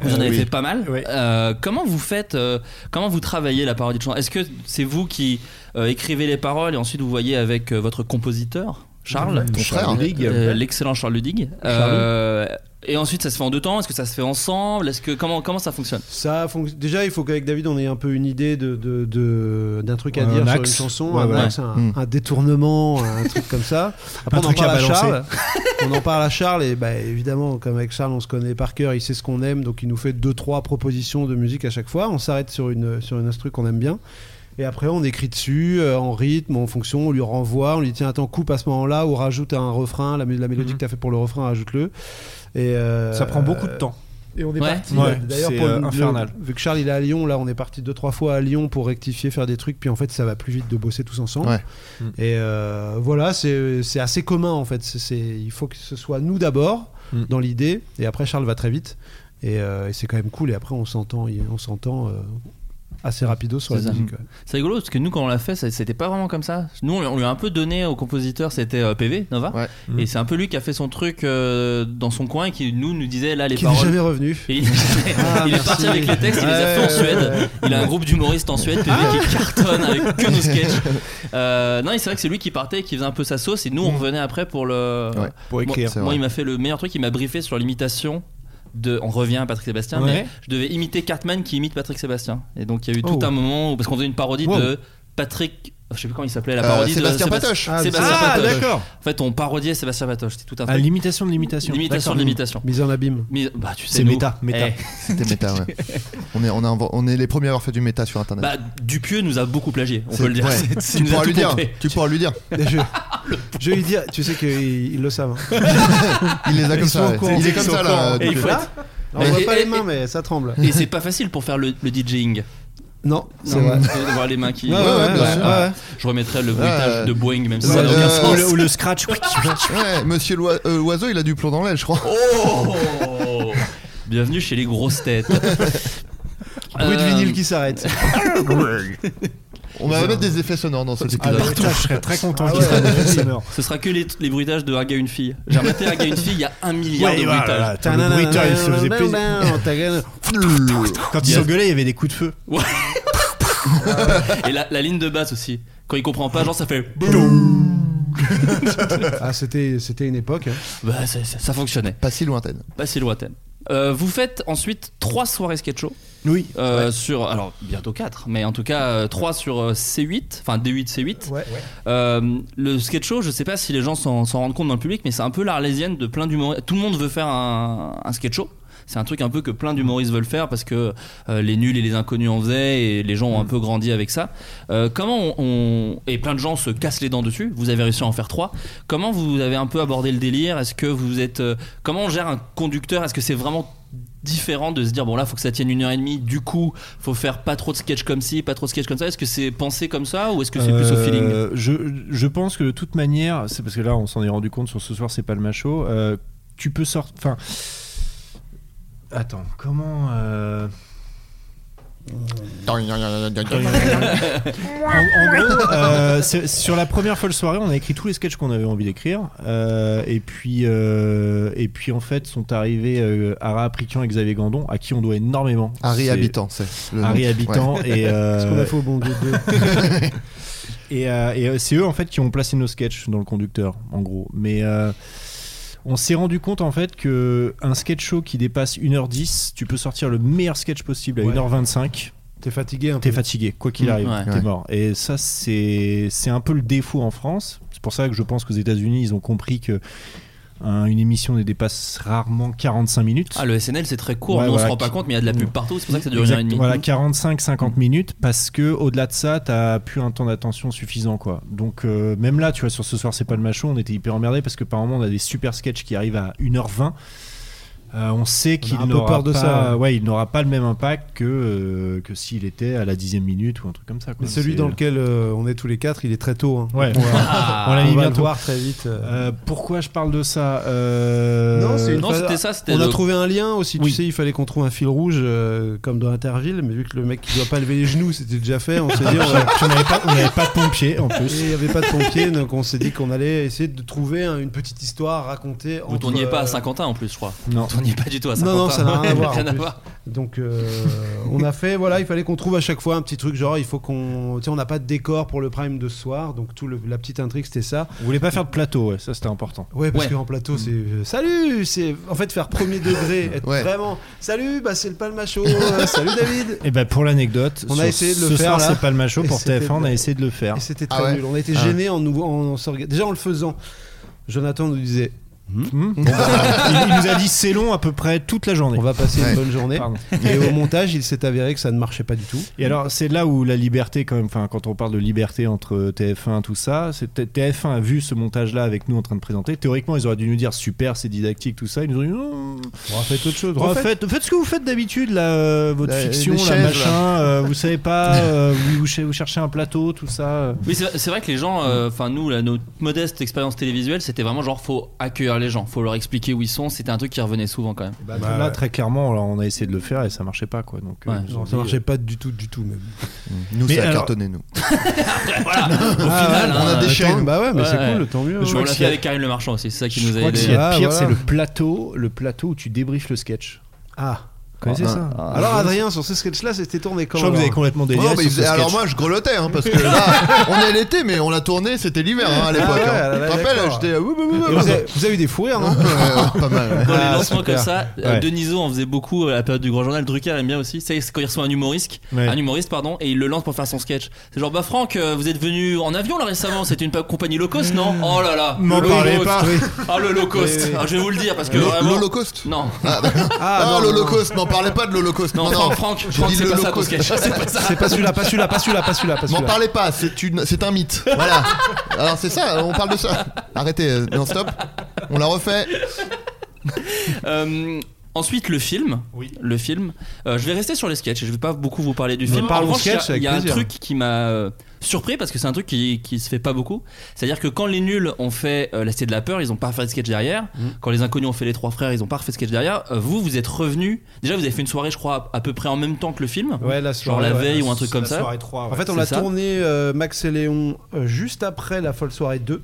Vous en avez fait pas mal. Euh, comment vous faites, euh, comment vous travaillez la parodie de chanson Est-ce que c'est vous qui euh, écrivez les paroles et ensuite vous voyez avec euh, votre compositeur Charles,
Ton frère.
Euh,
Ludig.
l'excellent Charles Ludig. Euh, et ensuite, ça se fait en deux temps. Est-ce que ça se fait ensemble Est-ce que comment comment ça fonctionne
Ça fonc- Déjà, il faut qu'avec David, on ait un peu une idée de, de- de- d'un truc à
Ouais,
dire
un
sur
axe.
une chanson,
Ouais,
un,
ouais.
axe, un-
Mm.
un détournement, un truc comme
*laughs*
ça. Après,
Un
on en
truc à
parle à,
balancer.
Charles. on en parle à Charles et bah, évidemment, comme avec Charles, on se connaît par cœur, il sait ce qu'on aime, donc il nous fait deux trois propositions de musique à chaque fois. On s'arrête sur une sur une instru qu'on aime bien. Et après, on écrit dessus, euh, en rythme, en fonction, on lui renvoie, on lui dit tiens, attends, coupe à ce moment-là, ou rajoute un refrain, la, mu- la
Mhm.
mélodie que tu as fait pour le refrain, rajoute-le. Et, euh,
Ça prend beaucoup de temps.
et on est
Ouais.
parti.
Ouais,
ouais. D'ailleurs,
c'est,
pour
euh,
le-
infernal.
le- vu que Charles il est à Lyon, là, on est parti deux trois fois à Lyon pour rectifier, faire des trucs. Puis en fait, ça va plus vite de bosser tous ensemble.
Ouais.
Mm.
Et euh, voilà, c'est c'est assez commun en fait. C'est- c'est- il faut que ce soit nous d'abord
Mm.
dans l'idée, et après Charles va très vite. Et, euh, et c'est quand même cool. Et après, on s'entend, il- on s'entend euh, assez rapido sur la
C'est ça.
musique. ouais.
C'est rigolo parce que nous, quand on l'a fait, ça- c'était pas vraiment comme ça. Nous, on, lui- on lui a un peu donné au compositeur, c'était euh, PV, Nova.
Ouais.
Mmh.
Et c'est un peu lui qui a fait son truc euh, dans son coin et qui nous, nous disait là les
Qui n'est
paroles.
jamais revenu. Ah,
Et il *laughs* il est
merci.
parti avec les textes, il les a fait en
Ouais. Ah.
Suède. Il a un groupe d'humoristes en Suède, PV, qui cartonne avec que
*laughs*
nos sketchs. Euh, non, et c'est vrai que c'est lui qui partait, qui faisait un peu sa sauce, et nous on
Mmh.
revenait après pour le.
Ouais,
pour écrire.
Moi,
C'est
moi,
vrai.
il m'a fait le meilleur truc, il m'a briefé sur l'imitation. De, on revient à Patrick Sébastien,
Ouais.
mais je devais imiter Cartman qui imite Patrick Sébastien. Et donc il y a eu tout
Oh.
un moment où, parce qu'on faisait une parodie
Wow.
de Patrick, je sais plus comment il s'appelait la
Euh,
parodie
Sébastien
de Sébastien-
Patoche.
Ah,
Sébastien
ah,
Patoche.
d'accord.
En fait, on parodiait Sébastien Patoche, c'était tout un
À
truc.
l'imitation de l'imitation.
L'imitation de
D'accord.
l'imitation.
Mise en abîme.
Mais- Bah, tu sais,
C'est
nous-
méta, méta.
Eh,
C'était
*laughs*
méta, ouais. On est, on, a invo- on est les premiers à avoir fait du méta sur internet.
Bah, Dupieux nous a beaucoup plagié, on
C'est-
peut le dire. *laughs*
ouais.
C'est- il
Tu
nous a
pourras
tout
lui dire.
pompé.
Tu pourras
*laughs*
lui dire.
Et je, je vais lui dire, tu sais qu'ils ils le savent. hein.
Il les a comme
sont au
ça. ouais.
courant.
Il est
Ils
comme
sont
ça
au
là.
courant.
Et il
depuis-
faut être-
On voit
Et-
pas
et-
les mains, mais ça tremble.
Et c'est pas facile pour faire le, le DJing.
Non, c'est
Non,
vrai.
de voir les mains qui.
Ouais, ouais, ouais, bien sûr.
ouais. Je remettrai le bruitage
ouais.
de Boeing, même si
Ouais,
ça n'a aucun
euh,
sens.
*laughs*
Ou le, ou le scratch.
Ouais, monsieur l'oi- euh, l'oiseau, il a du plomb dans l'aile, je crois.
Oh Bienvenue chez les grosses têtes.
Bruit de vinyle qui *laughs* s'arrête.
On va mettre des effets sonores dans cet
Ah,
épisode.
mais putain, je serais très content qu'il y ait
Ouais,
des effets
ouais.
sonores.
Ce sera que les, les bruitages de Un gars, une fille. J'ai remonté Un gars, une fille, il y a un milliard
Ouais,
de
voilà,
bruitages.
là, t'as le bruitage, il se faisait *laughs* plaisir. Quand ils
Yes.
s'engueulaient, il y avait des coups de feu.
Ouais. Et la, la ligne de basse aussi. Quand il comprend pas, genre ça fait.
Ah, c'était, c'était une époque. hein.
Bah, ça, ça- ça fonctionnait.
Pas si lointaine.
Pas si lointaine. Bah, Euh, vous faites ensuite trois soirées sketch show.
Oui.
Euh, Sur, alors bientôt 4, mais en tout cas euh, trois sur euh, C8, enfin D8, C8. Euh, le sketch show, je sais pas si les gens s'en s'en rendent compte dans le public, mais c'est un peu l'arlésienne de plein d'humoristes. Tout le monde veut faire un, un sketch show. C'est un truc un peu que plein d'humoristes veulent faire parce que euh, les nuls et les inconnus en faisaient et les gens ont un peu grandi avec ça. Euh, comment on, on- Et plein de gens se cassent les dents dessus. Vous avez réussi à en faire trois. Comment vous avez un peu abordé le délire Est-ce que vous êtes. euh, comment on gère un conducteur Est-ce que c'est vraiment différent de se dire bon là faut que ça tienne une heure et demie du coup faut faire pas trop de sketch comme ci pas trop de sketch comme ça est-ce que c'est pensé comme ça ou est-ce que c'est plus au
Euh,
feeling
je, je pense que de toute manière, c'est parce que là on s'en est rendu compte sur ce soir, c'est pas le macho. euh, tu peux sortir. Enfin. Attends, comment. euh, en
*laughs*
gros, euh, c'est- sur la première folle soirée, on a écrit tous les sketchs qu'on avait envie d'écrire. euh, et puis, euh, et puis en fait, sont arrivés euh, Ara Aprikian et Xavier Gandon, à qui on doit énormément.
Harry
C'est-
Habitant, c'est le nom.
Harry Habitant
Ouais.
et. euh,
Ce qu'on a fait au bon Dieu d'eux.
*laughs* et euh, et, euh, c'est eux en fait qui ont placé nos sketchs dans le conducteur, en gros. Mais euh, on s'est rendu compte en fait que un sketch show qui dépasse 1h10, tu peux sortir le meilleur sketch possible à
Ouais.
1h25.
T'es fatigué un
T'es fatigué, quoi qu'il
Mmh,
arrive,
ouais.
t'es
Ouais.
mort. Et ça, c'est c'est un peu le défaut en France. C'est pour ça que je pense qu'aux États-Unis, ils ont compris que un- une émission ne dépasse rarement 45 minutes.
ah le SNL c'est très court
Ouais,
nous, on
voilà,
se rend pas
qui-
compte mais il y a de la
Mm.
pub partout c'est pour ça que ça dure une
Exact-
heure et demie Mm.
Voilà, 45-50 minutes parce que au-delà de ça, t'as plus un temps d'attention suffisant, quoi. Donc euh, même là, tu vois, sur ce soir, c'est pas le macho, on était hyper emmerdé parce que par moment, on a des super sketchs qui arrivent à 1h20. Euh, on sait qu'il
un peu
n'aura
peur de
pas,
ça, ouais.
ouais, il n'aura pas le même impact que euh, que s'il était à la dixième minute ou un truc comme ça. quoi.
Mais celui
C'est-
dans lequel euh, on est tous les quatre, il est très tôt. hein.
Ouais.
On va-
*laughs* Ah.
on
On l'a
va
mis
le
bientôt.
voir très vite.
Euh, pourquoi je parle de ça Euh,
Non, c'est une
Non,
phase-
c'était ça, c'était
On a
le-
trouvé un lien aussi.
Oui.
Tu sais, il fallait qu'on trouve un fil rouge euh, comme dans Interville, mais vu que le mec qui doit pas lever les genoux, c'était déjà fait, on s'est dit. On
*laughs*
va-
on n'avait pas, on n'avait pas de pompier en plus.
Et Il n'y avait pas de pompier, donc on s'est dit qu'on allait essayer de trouver un- une petite histoire racontée.
vous
entre,
tourniez pas à
euh,
Saint-Quentin en plus je crois
Non.
vous tourniez pas du tout à Saint-Quentin
Non, non, ça n'a
*laughs*
rien à voir. en
Rien à
plus.
voir.
Donc, euh, on
*laughs*
a fait, voilà, il fallait qu'on trouve à chaque fois un petit truc, genre, il faut qu'on. Tu sais, on n'a pas de décor pour le prime de ce soir, donc tout le- la petite intrigue, c'était ça.
Vous voulez pas faire de plateau, ouais, ça c'était important.
Ouais, parce
Ouais.
qu'en plateau, c'est. euh, salut C'est. En fait, faire premier
*laughs*
degré, être
Ouais.
vraiment. Salut, bah, c'est le palmacho, *laughs* euh, salut David
Et ben pour l'anecdote,
On a
sur
essayé de le
ce
faire,
soir
là.
c'est pas le macho
Et
pour
c'était-
TF1, on a essayé de le faire.
Et c'était
Ah
très
ouais.
nul. On a été
Ah.
gênés en nous. en- en s'orga- Déjà, en le faisant, Jonathan nous disait.
Hmm. Bon, bah, il, il nous a dit c'est long à peu près toute la journée.
On va passer
Ouais.
une bonne journée.
Pardon.
Et au montage, il s'est avéré que ça ne marchait pas du tout.
*laughs* Et alors c'est là où la liberté quand même, enfin quand on parle de liberté entre TF1 tout ça, c'est- TF1 a vu ce montage là avec nous en train de présenter. Théoriquement ils auraient dû nous dire super c'est didactique tout ça, ils nous ont dit oh. non,
On a fait autre chose.
refaites- faites, ce que vous faites d'habitude là, euh, votre
La-
fiction
les
là
chaises,
machin,
là.
euh, vous savez *laughs* pas, euh, vous, vous cher- vous cherchez un plateau tout ça. euh.
Mais c'est c'est vrai que les gens, euh, enfin nous, là, notre modeste expérience télévisuelle, c'était vraiment genre faut accueillir les gens, faut leur expliquer où ils sont. C'était un truc qui revenait souvent quand même.
Bah, là, très clairement, alors, on a essayé de le faire et ça marchait pas quoi. Donc, euh, Mm.
Ouais.
ils nous ont
Non, ça
dit,
marchait pas du tout, du tout même.
Nous,
Mais
ça a
alors-
cartonné,
*laughs*
nous.
voilà. Au
Ah,
final,
on a
hein,
déchaîné.
attends.
Bah ouais, mais c'est cool, tant mieux,
Je
ouais.
on l'a fait avec Karim Le Marchand aussi, c'est ça qui
Je
nous a
crois que
aidé.
ce qu'il y a de pire,
Ah,
c'est
voilà.
le plateau, le plateau où tu débriefes le sketch.
Ah.
Vous connaissez
Ah,
ça
ah,
Alors Adrien, sur ce sketch-là, c'était tourné quand
Je crois que vous
alors
avez complètement déliré
Non, mais
sur
ils-
ce sketch.
alors moi je grelottais hein, parce
*laughs*
que là on est l'été mais on l'a tourné c'était l'hiver hein, à l'époque.
Ah ouais,
hein.
là, là,
Je te rappelle
d'accord.
j'étais euh, ouh, ouh, ouh,
Et
ouh.
vous, avez, vous avez eu des fous *laughs* rires, non
Ouais, pas mal. ouais.
Dans les lancements
Ah, super.
comme ça, euh,
Ouais.
Denisot en faisait beaucoup euh, à la période du Grand Journal. Drucker aime bien aussi. C'est quand il reçoit un humoriste,
Ouais.
un humoriste pardon, et il le lance pour faire son sketch. C'est genre bah Franck, euh, vous êtes venu en avion là récemment. C'était une pa- compagnie low cost, non Oh là là.
M'en
le
parlez
low cost.
pas. Oui.
Ah le low cost.
Oui, oui.
Ah, je vais vous le dire parce que
L'ho-
vraiment.
L'Holocauste
Non.
Ah, ah, l'Holocauste, n'en parlez pas de l'Holocauste.
Non,
non,
Franck,
non.
Franck,
J'ai
Franck,
dit
c'est pas ça ton
l'Holocauste.
sketch. C'est pas ça.
C'est pas celui-là, pas celui-là, pas celui-là, pas
*laughs*
celui-là, pas
M'en
celui-là.
parlez pas, c'est une, c'est un mythe. Voilà. Alors c'est ça, on parle de ça. Arrêtez, euh, non stop. On la refait.
Euh, Ensuite, le film. Le film. Euh, je vais rester sur les sketchs. Je vais pas beaucoup vous parler du
Non,
film.
parlons
En revanche, il y a-
sketch avec
Il y a un
plaisir.
truc qui m'a euh, surpris parce que c'est un truc qui, qui se fait pas beaucoup. C'est-à-dire que quand les nuls ont fait euh, La Cité de la Peur, ils ont pas refait de sketch derrière.
Mm.
Quand les inconnus ont fait Les Trois Frères, ils ont pas refait de sketch derrière. Euh, vous, vous êtes revenu. Déjà, vous avez fait une soirée, je crois, à, à peu près en même temps que le film.
Ouais, la soirée,
Genre la
ouais.
veille ou un truc
La
comme ça.
soirée 3, En fait, on
C'est
l'a
ça.
tourné euh, Max et Léon euh, juste après la folle soirée 2.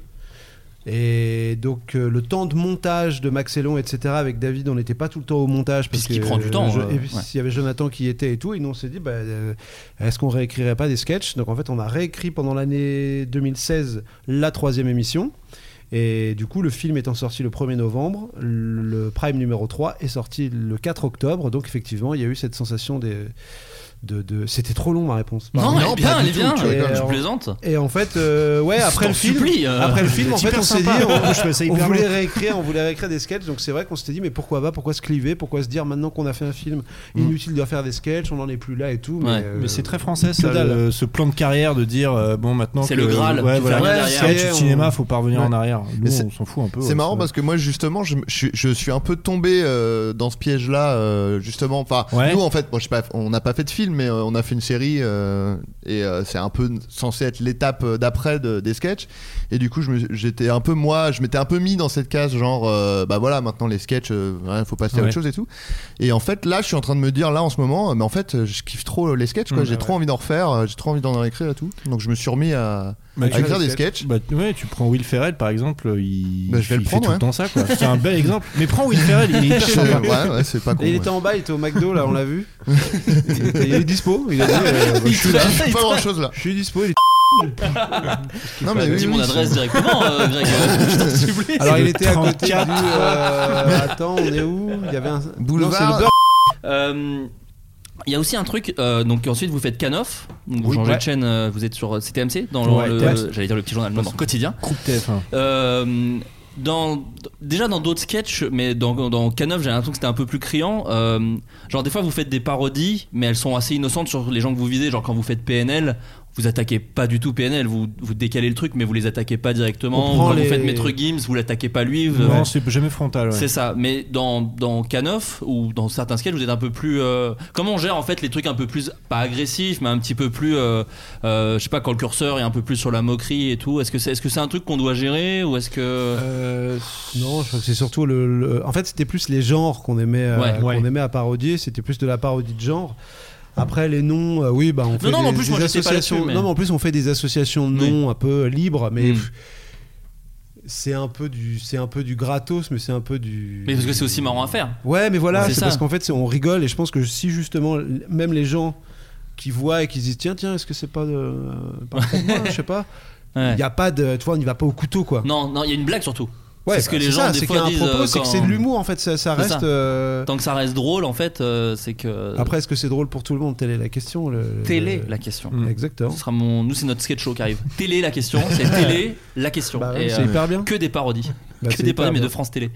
Et donc euh, le temps de montage de Max et Léon, etc. Avec David, on n'était pas tout le temps au montage parce
Puisqu'il
que,
prend du temps,
je-
euh,
et puis,
ouais.
il y avait Jonathan qui y était et tout, et nous on s'est dit, bah, euh, est-ce qu'on réécrirait pas des sketchs Donc en fait, on a réécrit pendant l'année 2016 la troisième émission. Et du coup, le film étant sorti le 1er novembre, le Prime numéro 3 est sorti le 4 octobre. Donc effectivement, il y a eu cette sensation des... De, de- C'était trop long ma réponse.
Non,
Pardon.
eh
elle est bien,
Bah, pas
elle
du
est
tout,
bien.
tu rigoles.
Tu
Et en-
plaisantes.
Et en fait, euh, ouais,
Je
après le
t'en
film,
supplie, euh.
après le film, en
C'est
fait, on
hyper
s'est dit,
sympa.
on,
Je trouvais ça
*laughs* on
hyper
voulait
bien.
réécrire, on voulait réécrire des sketchs. Donc c'est vrai qu'on s'était dit, mais pourquoi pas, pourquoi se cliver, pourquoi se dire maintenant qu'on a fait un film, inutile de faire des sketchs, on n'en est plus là et tout. Mais,
Mm. Ouais.
euh,
Mais c'est très français ça,
que dalle.
le- ce plan de carrière de dire euh, bon maintenant
C'est
que-
le Graal,
ouais,
tu
voilà,
fais rien
ouais,
derrière.
c'est du
Ouais, on-
cinéma, faut pas revenir en
Ouais.
arrière. Nous,
Mais c'est-
on s'en fout un peu. hein,
C'est marrant parce que moi justement je, me- je suis- je suis un peu tombé euh, dans ce piège là justement enfin
Ouais.
nous en fait bon, je sais pas, on n'a pas fait de film mais euh, on a fait une série euh, et euh, c'est un peu censé être l'étape euh, d'après de- des sketchs et du coup je me- j'étais un peu moi je m'étais un peu mis dans cette case genre euh, bah voilà maintenant les sketchs euh, ouais, faut passer à
Ouais.
autre chose et tout et en fait là je suis en train de me dire là en ce moment euh, mais en fait euh, je kiffe trop les sketchs quoi
Mm,
j'ai
ouais.
trop envie d'en refaire euh, j'ai trop envie d'en écrire et tout donc je me suis remis à, à écrire des sketchs
Bah, tu- ouais, tu prends Will Ferrell par exemple, euh, il,
Bah, je vais
il
le prendre,
fait tout
ouais.
le temps ça quoi. C'est un bel exemple. Mais prends Will Ferrell, il est hyper
Je-
sympa.
ouais, ouais, c'est pas con,
Et il
ouais.
était en bas, il était au McDo là, on l'a
*laughs*
vu. il, était- il est dispo, il a dit, euh,
Il
je suis là.
traîne, il Pas traîne. grand-chose, là.
Je suis dispo, il est
Non, mais
Dis
oui,
mon
oui,
adresse
c'est-
directement, euh, Greg. Je t'en supplie.
*laughs* Alors il était à côté du.
*laughs*
euh, attends, on est où Il y avait un.
Boulevard-
Non, c'est le beurre.
Euh, Il y a aussi un truc, euh, donc ensuite vous faites Canoff, donc vous
Oui,
changez
ouais.
de chaîne, euh, vous êtes sur euh, CTMC, dans
Ouais,
le,
ouais.
j'allais dire le petit journal, non, dans le quotidien.
Groupe TF1.
Euh, dans, déjà dans d'autres sketchs, mais dans, dans Canoff, j'ai l'impression que c'était un peu plus criant. Euh, genre, des fois, vous faites des parodies, mais elles sont assez innocentes sur les gens que vous visez. Genre, quand vous faites PNL, vous attaquez pas du tout PNL, vous, vous décalez le truc, mais vous les attaquez pas directement.
On prend
Quand
les-
vous faites Maître Gims, vous l'attaquez pas lui. vous-
Non, c'est jamais frontal. ouais.
c'est ça, mais dans, dans Canoff ou dans certains sketchs, vous êtes un peu plus. euh, comment on gère en fait les trucs un peu plus, pas agressifs, mais un petit peu plus. euh, euh, je sais pas, quand le curseur est un peu plus sur la moquerie et tout. Est-ce que c'est est -ce c'est un truc qu'on doit gérer ou est-ce que.
Euh, Non, je crois que c'est surtout le, le- En fait, c'était plus les genres qu'on aimait, euh,
Ouais.
qu'on
Ouais.
aimait à parodier. C'était plus de la parodie de genre. Après les noms, euh, oui, bah on fait
non,
des,
mais en plus,
des
moi, j'étais pas
associations.
là-dessus, mais- Hmm.
Non, mais en plus on fait des associations de noms un peu libres, mais pff, c'est un peu du, c'est un peu du gratos, mais c'est un peu du.
Mais parce que c'est aussi marrant à faire.
Ouais, mais voilà,
C'est
c'est
ça.
parce qu'en fait, c'est- on rigole et je pense que si justement, l- même les gens qui voient et qui se disent tiens, tiens, est-ce que c'est pas de. par
*laughs*
contre, moi, je sais pas. Il
Ouais.
n'y a pas de. Tu vois, on n'y va pas au couteau quoi.
Non, non, il y a une blague surtout.
Ouais,
c'est ce que
bah,
les
c'est
gens
ça,
des
c'est
fois
qu'il y a un
disent.
propos,
euh,
c'est que
quand-
c'est de l'humour, en fait, ça- ça
C'est
reste, euh,
Tant que ça reste drôle, en fait, euh, c'est que.
Après, est-ce que c'est drôle pour tout le monde Telle est la question. le-
Télé,
le-
la question.
Hmm.
Exactement.
Ce sera mon... Nous, c'est notre sketch show
*laughs*
qui arrive. Télé, la question. C'est télé, la question.
Bah
Et, euh,
ouais, c'est hyper bien.
Que des parodies.
Bah,
que
c'est
des
hyper
parodies, mais
bien.
de France Télé.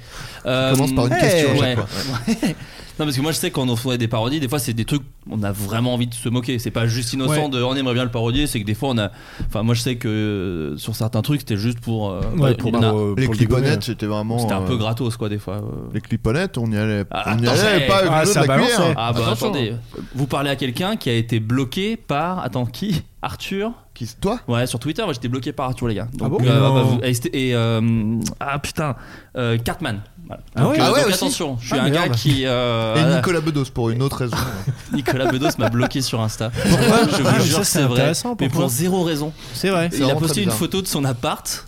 Euh,
commence par une question à chaque
Ouais. *laughs* non, parce que moi, je sais quand on fait des parodies, des fois, c'est des trucs, on a vraiment envie de se moquer. C'est pas juste innocent
Ouais.
de on aimerait bien le parodier. C'est que des fois, on a. Enfin, moi, je sais que euh, sur certains trucs, c'était juste pour. euh,
Ouais,
il
pour-
y en a-
pour- Les pour le cliponnettes, dégommer. c'était vraiment,
C'était un peu
euh,
gratos, quoi, des fois. euh.
Les cliponnettes, on y allait, on y
Ah, Attends,
allait
c'est-
pas avec le dos de la cuillère.
Ah bah
hein. Attention.
attendez, vous parlez à quelqu'un qui a été bloqué par attends qui Arthur
qui toi Ah
Ouais, sur Twitter, moi, j'étais bloqué par Arthur les gars. Donc,
bon
euh,
Non.
bah, vous- et c'était- et, euh, ah putain, euh, Cartman. Voilà.
Ah
Donc,
ouais,
euh,
ah ouais,
donc
aussi.
attention, je suis
Ah,
un
merde.
gars qui euh,
Et
voilà.
Nicolas Bedos pour une autre raison.
*laughs* Nicolas Bedos m'a bloqué sur Insta.
Pourquoi
je
Ah,
vous
mais
jure,
ça,
que
c'est
c'est vrai.
intéressant,
Mais pour
pourquoi
zéro raison.
C'est vrai. C'est
Il a
vraiment
posté
très
une
bizarre.
photo de son appart.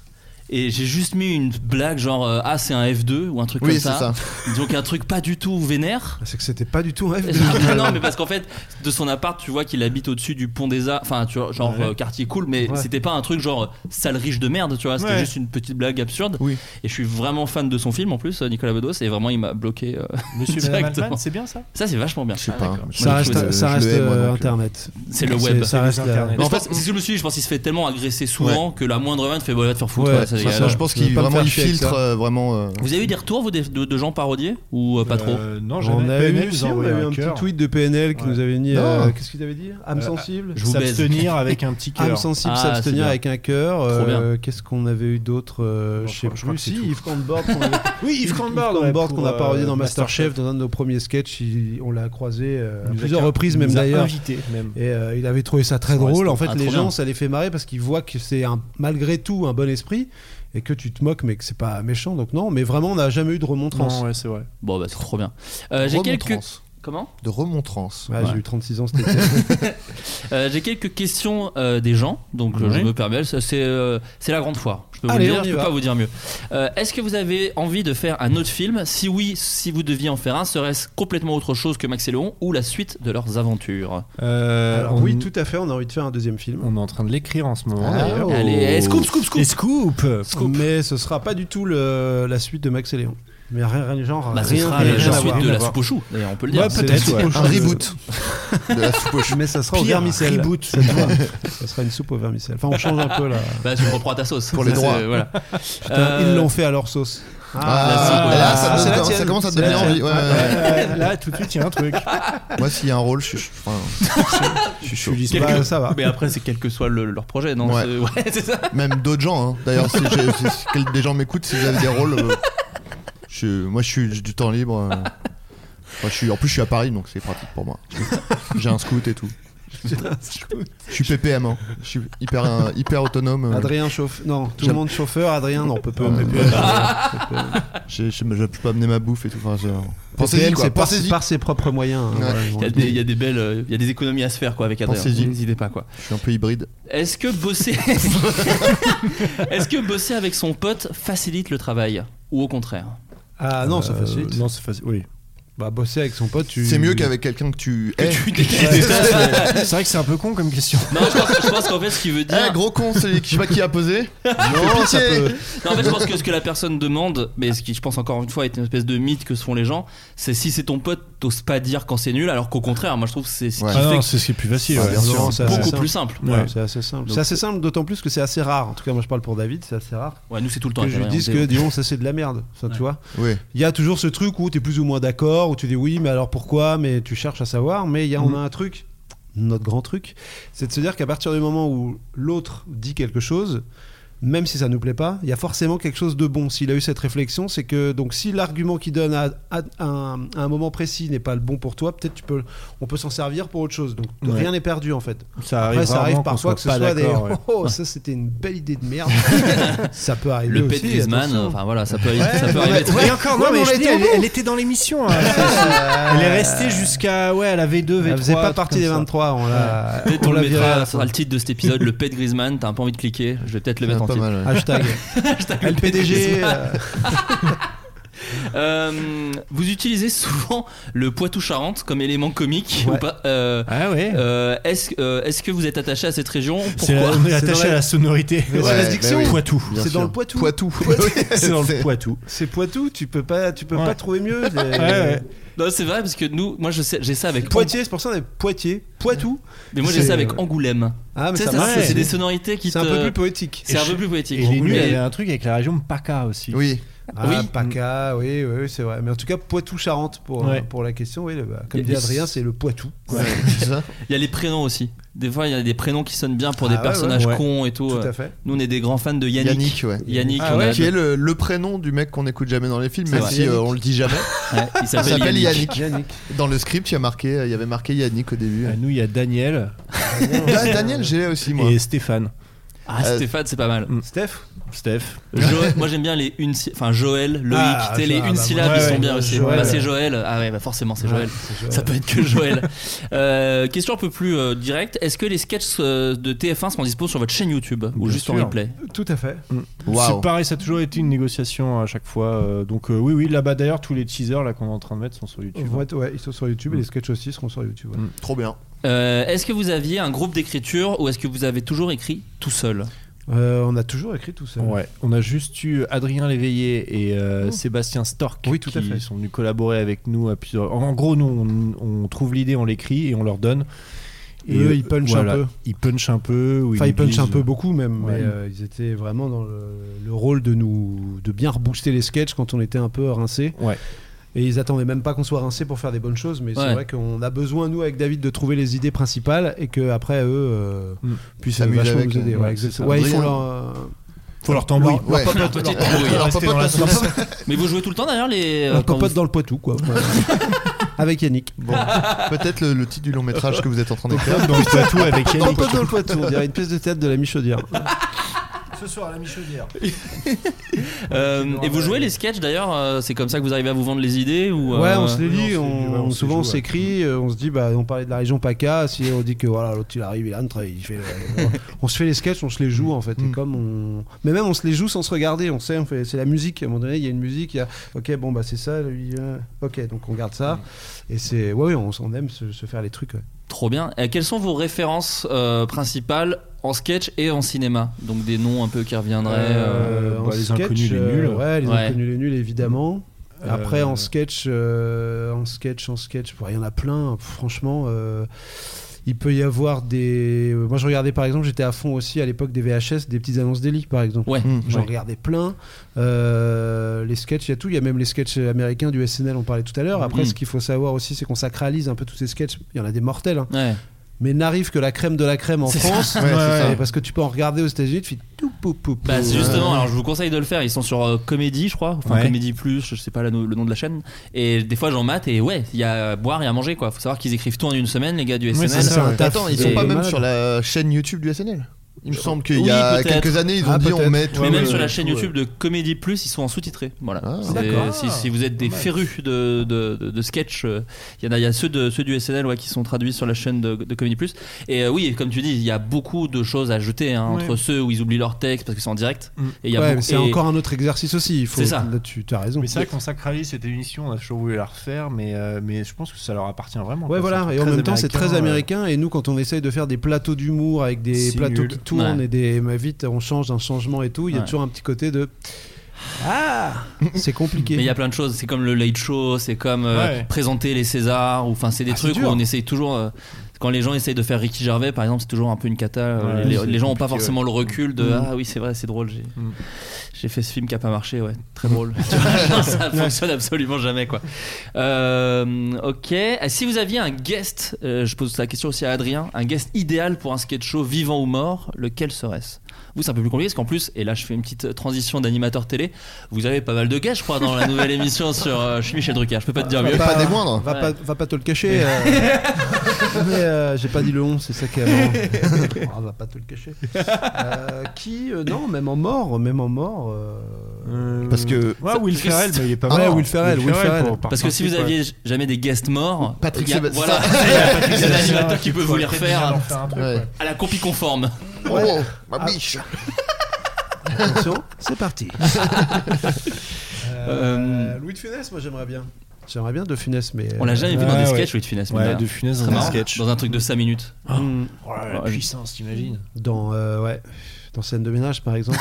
Et j'ai juste mis une blague genre euh, ah c'est un F2 ou un truc
Oui,
comme
c'est
ça.
ça.
Donc un truc pas du tout vénère.
Ah, C'est que c'était pas du tout un *laughs* rêve.
Ah, *laughs* non mais parce qu'en fait de son appart tu vois qu'il habite au-dessus du pont des Arts enfin tu vois genre
Ouais.
euh, quartier cool mais
Ouais.
c'était pas un truc genre euh, sale riche de merde tu vois c'était
Ouais.
juste une petite blague absurde et je suis vraiment fan de son film en plus euh, Nicolas Bedos et vraiment il m'a bloqué euh, *laughs*
Monsieur et Madame
directement.
Altman, c'est bien, ça
ça c'est vachement bien Ah, je sais
pas.
Ça reste- ça reste, euh, Internet.
c'est le
C'est-
web
ça reste, euh,
Mais je
En
pense-
fait-
c'est ce que je me suis dit je pense qu'il se fait tellement agresser souvent que la moindre vanne fait bon, va te faire foutre
Ouais.
quoi, ça ces
Ça,
gars-là.
ça, je pense qu'il vraiment il filtre euh, vraiment. euh,
Vous avez eu des retours vous, des- de, de gens parodiés ou euh, pas trop
non,
on a eu, si,
nous a
on a
envoyé
eu
un
hein, un
cœur.
petit tweet de PNL qui nous avait mis.
Non.
euh, Qu'est-ce qu'il avait dit Âme
Euh,
sensible
je vous baise. S'abstenir avec un petit cœur.
Âme sensible,
Ah, c'est
s'abstenir
bien.
avec un cœur.
Trop
euh, Qu'est-ce qu'on avait eu d'autre euh, Je sais plus. Si, Yves Cronbord. qu'on avait-
Oui, Yves Cronbord,
Yves
ouais,
Cronbord
pour,
qu'on a parodié
euh,
dans
Masterchef.
Masterchef, dans un de nos premiers sketchs. il- On l'a croisé euh, à
Il nous a
plusieurs
car-
reprises,
il
même
nous a
d'ailleurs.
invités, même.
Et euh, il avait trouvé ça très
Son
drôle.
resto.
En fait,
Ah,
les
trop
gens,
bien.
ça les fait marrer parce qu'ils voient que c'est un- malgré tout un bon esprit. Et que tu te moques, mais que c'est pas méchant, donc non. Mais vraiment, on n'a jamais eu de remontrance.
Non, ouais, c'est vrai.
Bon, bah, c'est trop bien. Euh, J'ai quelques.
Remontrance.
Comment
De *laughs* remontrance.
Ah, J'ai eu 36 ans, c'était
*laughs* Euh, J'ai quelques questions euh, des gens, donc euh, je
Ouais.
me permets. ça, C'est euh, c'est la grande foi. Je peux vous
Allez,
le
on
dire,
y
je peux
va.
pas vous dire mieux. Euh, Est-ce que vous avez envie de faire un autre film Si oui, si vous deviez en faire un, serait-ce complètement autre chose que Max et Léon ou la suite de leurs aventures
Euh, Alors,
Euh, on-
oui, tout à fait, on a envie de faire un deuxième film.
On est en train de l'écrire en ce moment.
Ah,
d'ailleurs.
oh. Allez, scoop, scoop, scoop.
Et scoop.
Mais ce sera pas du tout le- la suite de Max et Léon. Mais rien, rien genre.
Bah, ce
rien,
sera
rien
la
à
suite
voir.
de la soupe aux choux, d'ailleurs, on peut le dire.
Ouais,
C'est
peut-être,
la
ouais.
soupe aux
Un
choux.
reboot.
*laughs*
de la soupe aux choux.
Mais ça sera au
Pire
vermicelle.
reboot.
Ça se voit. Ça sera une soupe au vermicelle. Enfin, on change un peu là.
Bah, tu reprends ta sauce.
Pour les
Ça,
droits.
c'est- Voilà.
Putain,
Euh,
Ils l'ont fait à leur sauce.
Ah,
la soupe
là,
aux-
ça,
Ah, c'est
donne-
la
ça
tienne.
commence à te
C'est la
donner envie.
tienne.
ouais, ouais, ouais.
Là, tout de suite, il y a un truc.
*laughs* Moi, s'il y a un rôle, je suis, enfin,
*laughs*
je suis chaud.
dis
Quel
Bah,
que-
ça va.
Mais après, c'est quel que soit le- leur projet, non
Ouais.
c'est- *laughs* ouais, c'est ça.
Même d'autres gens. hein. D'ailleurs, si, j'ai- si- si quel- des gens m'écoutent, si vous avez des rôles, euh, je- moi, je suis j'ai du temps libre. euh. Enfin, je suis, en plus, je suis à Paris, donc c'est pratique pour moi. J'ai un scout et tout. Je suis PPM. hein. Je suis hyper, euh, hyper autonome. euh.
Adrien chauffe. Non, tout le
J'aime-
monde chauffeur. Adrien, non, on peut pas.
Ouais,
on peut
ouais.
pas. On peut pas.
J'ai- Je ne peux pas amener ma bouffe et tout. Enfin, je-
PPL,
Pensez-y, quoi.
c'est par,
Pensez-y.
par ses propres moyens. hein,
Ouais.
ouais,
Il y, a des- il y a des belles, euh, il y a des économies à se faire quoi avec Adrien.
Pensez-y.
N'hésitez pas quoi.
Je suis un peu hybride.
Est-ce que bosser, *laughs* est-ce que bosser avec son pote facilite le travail ou au contraire
Ah non, ça
Euh,
facilite.
Non, c'est facile. Oui.
Bah, bosser avec son pote, tu.
C'est mieux qu'avec quelqu'un que tu. hais.
*laughs*
Ouais, ça, c'est *laughs* c'est vrai que c'est un peu con comme question.
Euh, Non, je pense, je pense qu'en fait ce qu'il veut
Eh,
dire.
gros con, c'est- je sais pas qui
*laughs*
a posé. Non,
ça peut-
Non, en fait, je pense que ce que la personne demande, mais ce qui, je pense encore une fois, est une espèce de mythe que se font les gens, c'est si c'est ton pote, t'oses pas dire quand c'est nul, alors qu'au contraire, moi je trouve que c'est ce qui
Ouais.
Ah non,
fait
c'est ce qui est plus facile.
Ah,
ouais.
bien sûr.
Non,
que
c'est
c'est
assez
beaucoup
simple.
plus simple.
Ouais,
Ouais.
c'est assez simple.
Donc-
C'est assez simple, d'autant plus que c'est assez rare. En tout cas, moi je parle pour David, c'est assez rare.
Ouais, nous c'est tout le temps.
Que je lui
Adrien,
dise
on
que,
dit-
disons, ça c'est de la merde. Ça, tu vois.
Oui.
Il y a toujours ce truc où tu es plus ou moins d'accord, où tu dis oui, mais alors pourquoi Mais tu cherches à savoir. Mais il y a, on a un truc, notre grand truc, c'est de se dire qu'à partir du moment où l'autre dit quelque chose, même si ça nous plaît pas, il y a forcément quelque chose de bon. S'il a eu cette réflexion, c'est que donc si l'argument qu'il donne à, à- à un, à un moment précis n'est pas le bon pour toi, peut-être tu peux, on peut s'en servir pour autre chose. Donc
Ouais.
rien n'est perdu en fait.
Ça arrive,
Après, ça arrive
rarement qu'on
parfois
soit
que ce
pas
soit des.
d'accord, ouais.
*laughs* Oh, ça c'était une belle idée de
*laughs*
merde. ça peut arriver
Le
aussi.
pet Griezmann,
attention.
enfin voilà, ça peut, ça peut
Ouais,
arriver.
ouais, encore, non,
Ouais, mais
mais
on
je
l'a
dis,
dit au
elle,
bout.
elle était
*laughs*
dans l'émission. hein. elle est restée jusqu'à ouais, à la V2, V3.
Elle faisait pas
truc
partie
comme
des
ça.
23, on l'a *laughs*
Peut-être
on
on
l'a
le
viré
mettra,
à la
ça sera le titre de cet épisode, le pet Griezmann, t'as pas envie de cliquer, je vais peut-être le mettre en
Pas
titre.
mal. ouais.
fin.
*laughs*
Hashtag. LPDG. euh,
Euh, vous utilisez souvent le Poitou-Charentes comme élément comique
Ouais.
ou pas Euh,
Ah ouais.
euh, Est-ce euh, est-ce que vous êtes attaché à cette région
C'est
Pourquoi
la- on
C'est
est
dans
attaché
la-
à la sonorité.
Mais
c'est la Ouais, diction. bah oui.
Poitou.
Bien
C'est
sûr.
dans le Poitou. *laughs*
Poitou.
*laughs* C'est dans le Poitou.
C'est Poitou, tu peux pas, tu peux
Ouais.
pas trouver mieux. c'est-
ouais.
Non, c'est vrai parce que nous, moi, je sais, j'ai ça avec
Poitiers, c'est pour ça on est Poitiers, Poitou.
Ang- mais moi j'ai
c'est-
ça avec Angoulême.
Ah mais
Tu sais,
ça,
ça,
marche.
c'est- c'est
ouais.
des sonorités qui
C'est un
te-
peu plus poétique.
c'est un peu plus poétique.
Et les nuls, il y
Mais-
avait un truc avec la région de Paca aussi.
Oui.
Ah,
Oui.
Paca, oui, oui, oui, c'est vrai. Mais en tout cas, Poitou-Charentes pour,
Ouais.
pour la question. Oui, le- bah,
Il
comme
y a
dit
du-
Adrien, c'est le Poitou. *laughs*
C'est ça.
Il y a les prénoms aussi. Des fois, il y a des prénoms qui sonnent bien pour
Ah
des
ouais,
personnages
ouais.
cons et tout.
Tout à fait.
Nous, on est des grands fans de Yannick.
Yannick, ouais.
Yannick,
Ah
on a-
Qui est le, le prénom du mec qu'on n'écoute jamais dans les films,
C'est
même
vrai.
si euh, on le dit jamais.
*laughs* Ouais, il
Il
s'appelle
s'appelle
Yannick.
Yannick.
Yannick.
Dans le script, il y, a marqué, il y avait marqué Yannick au début. Ah,
À Ah, nous, il y a Daniel
Da- Daniel, j'ai aussi, moi.
*laughs* et Stéphane.
Ah,
Euh,
Stéphane, c'est pas mal.
Mm.
Steph
Steph.
Joël- moi, j'aime bien les une. si- Enfin, Joël, Loïc,
Ah,
tu sais, les
ah,
une
bah,
syllabe,
ouais,
ils sont
ouais,
bien aussi.
Joël.
Bah, c'est Joël. Ah ouais, bah forcément, c'est Joël.
Joël.
Ça peut être que Joël. *laughs* Euh, question un peu plus euh, directe. Est-ce que les sketchs euh, de TF1 sont dispo sur votre chaîne YouTube ou
Bien
juste en
sûr.
replay
Tout à fait.
Waouh.
C'est pareil, ça a toujours été une négociation à chaque fois. euh, donc euh, oui, oui, là-bas d'ailleurs, tous les teasers là qu'on est en train de mettre sont sur YouTube. Hmm.
Ouais, ouais, ils sont sur YouTube et les sketchs aussi seront sur YouTube. ouais.
Trop bien.
Euh, Est-ce que vous aviez un groupe d'écriture ou est-ce que vous avez toujours écrit tout seul
Euh, on a toujours écrit tout ça.
Ouais, on a juste eu Adrien Léveillé et euh, Sébastien Stork
Oui, tout
qui
à fait.
sont venus collaborer avec nous à plusieurs. En gros, nous, on, on trouve l'idée, on l'écrit et on leur donne. Et,
Eux, ils punchent
voilà,
un peu.
Ils punchent un peu. ou
Enfin, ils punchent un
utilisent-
peu beaucoup même,
Ouais.
mais euh, ils étaient vraiment dans le, le rôle de nous, de bien rebooster les sketchs quand on était un peu rincé.
Ouais.
Et ils attendaient même pas qu'on soit rincé pour faire des bonnes choses, mais
Ouais.
c'est vrai qu'on a besoin nous avec David de trouver les idées principales et que après eux euh, puissent
S'amuser
vachement
avec,
nous aider.
euh,
Ouais,
ouais,
exactement. Ouais,
c'est ça.
ils font
Adrien.
leur euh,
Faut leur tambouille.
leur
Ouais.
popote,
Leur
leur
petite
popote,
tambouille.
leur
Rester dans la
popote, leur
sauce.
popote.
Mais vous jouez tout le temps d'ailleurs les. euh,
Leur
quand
popote
vous-
dans le poitou quoi. *laughs* Ouais. avec Yannick.
Bon, peut-être le, le titre du long métrage que vous êtes en train d'écrire.
Popote dans le Poitou avec Yannick.
Popote dans le poitou, on dirait une pièce de théâtre de la Michaudière.
Ce soir à la Michaudière.
*laughs* Euh, et vous jouez les sketchs d'ailleurs euh, C'est comme ça que vous arrivez à vous vendre les idées ou
Ouais,
euh,
on se les lit, on, on- souvent on s'écrit, euh, on se dit, bah, on parlait de la région PACA, si on dit que voilà, l'autre il arrive, il entre, il *laughs* fait. le- on se fait les sketchs, on se les joue en fait.
Mm.
Et comme on... Mais même on se les joue sans se regarder, on sait, on fait, c'est la musique. À un moment donné, il y a une musique, il y a, ok, bon, bah c'est ça, lui, euh, ok, donc on garde ça. Et c'est, ouais, ouais, on, s'en aime se, se faire les trucs. ouais.
Trop bien. Et quelles sont vos références euh, principales en sketch et en cinéma Donc des noms un peu qui reviendraient. euh,
Euh, en sketch, euh, ouais, les
Ouais.
inconnus les nuls, évidemment.
Euh,
Après, en sketch, euh, en sketch, en sketch, bon, il y en a plein. Pff, Franchement, euh, il peut y avoir des. euh, Moi, je regardais par exemple, j'étais à fond aussi à l'époque des VHS, des petites annonces d'Eli, par exemple.
Ouais.
Mmh, J'en
Ouais.
regardais plein. Euh, les sketchs, il y a tout. Il y a même les sketchs américains du SNL, on parlait tout à l'heure. Après,
Mmh.
ce qu'il faut savoir aussi, c'est qu'on sacralise un peu tous ces sketchs. Il y en a des mortels. hein.
Ouais.
Mais n'arrive que la crème de la crème en
C'est ça.
France.
Ouais, c'est ça.
Et Parce que tu peux en regarder aux États-Unis, tu fais tout pou pou pou. Euh,
Bah, c'est justement, alors je vous conseille de le faire. Ils sont sur euh, Comédie, je crois, enfin
Ouais.
Comédie Plus, je sais pas la no- le nom de la chaîne. Et des fois, j'en mate et ouais, il y a à boire et à manger quoi. Faut savoir qu'ils écrivent tout en une semaine, les gars du
Oui,
SNL.
c'est ça, un taf Attends, ils sont
Et-
pas même sur la Euh, chaîne YouTube du SNL. Il me semble qu'il
Oui,
y a
peut-être.
quelques années, ils
Ah,
ont dit on met tout.
Mais même
euh,
sur la chaîne
tout,
YouTube de Comédie Plus, ils sont en sous-titrés. Voilà. C'est-
d'accord.
si, si vous êtes des férus de, de, de- de sketch, euh, il y en a, il y a ceux, de, ceux du SNL ouais, qui sont traduits sur la chaîne de, de Comédie Plus. Et euh, oui, comme tu dis, il y a beaucoup de choses à jeter hein,
Ouais. Mm.
entre ceux où ils oublient leur texte parce que c'est en direct. Et il y a
Ouais,
beaucoup-
mais c'est
et-
encore un autre exercice aussi. Il faut,
C'est ça.
là, tu as raison.
Mais c'est vrai qu'on sacralise cette émission, on a toujours voulu la refaire, mais, euh, mais je pense que ça leur appartient vraiment.
Ouais,
quoi.
voilà.
C'est
Et en même temps, c'est très
euh,
américain. Et nous, quand on essaye de faire des plateaux d'humour avec des
C'est
plateaux
nul.
qui tournent
Ouais.
et des. Mais vite, on change d'un changement et tout, il y a
Ouais.
toujours un petit côté de. Ah C'est compliqué.
Mais il y a plein de choses, c'est comme le late show, c'est comme euh,
Ouais.
présenter les Césars, ou enfin c'est des
Ah, c'est
trucs où
dur.
on essaye toujours. euh, quand les gens essayent de faire Ricky Gervais, par exemple, c'est toujours un peu une cata. euh,
Ouais,
les,
c'est
les gens n'ont pas
compliqué,
forcément
ouais.
le recul de
Mm.
ah oui c'est vrai, c'est drôle. J'ai
Mm.
j'ai *laughs* fait ce film qui a pas marché, ouais,
Mm.
très drôle. *laughs* Tu
*laughs*
vois, ça fonctionne absolument jamais quoi. Euh, ok, Ah, si vous aviez un guest, euh, je pose la question aussi à Adrien, un guest idéal pour un sketch show vivant ou mort, lequel serait-ce vous, c'est un peu plus compliqué parce qu'en plus, et là je fais une petite transition d'animateur télé, vous avez pas mal de gars, je crois, dans la nouvelle *laughs* émission sur euh, Je suis Michel Drucker, je peux pas te dire
Va
mieux.
pas- Va,
Ouais.
pas, va pas te le cacher. euh. Mais euh, j'ai pas dit le on, c'est ça qui est marrant.
*laughs*
Oh, va pas te le cacher. Euh, qui euh, Non, même en mort, même en mort. euh,
Parce que.
Ouais, Will
Parce que
Ferrell,
c'est-
mais il est pas
Ah,
mort.
ouais, Will Ferrell, Will Ferrell.
pour- par
Parce que si vous
principe,
aviez
ouais.
j- jamais des guests morts,
Patrick
il y a-
Sébastien. *laughs*
voilà,
Ça-
il y a Patrick
Patrick
Sébastien
Sébastien,
qui peut
il
vous les
faudrait
refaire
déjà leur faire un truc, ouais.
à la copie conforme.
Oh, ma biche
Ah. Attention, c'est *laughs* parti.
Euh,
Louis de Funès, moi j'aimerais bien. J'aimerais bien de Funès, mais. euh,
On l'a jamais vu dans
Ouais,
des
ouais.
sketchs, Louis de Funès.
Ouais,
mais là,
de Funès
c'est
dans un
marrant,
sketch.
Dans un truc de 5 minutes.
Mm.
Oh là là, la
Ouais,
puissance, t'imagines
Dans, euh, ouais, dans scène de ménage par
*laughs*
exemple.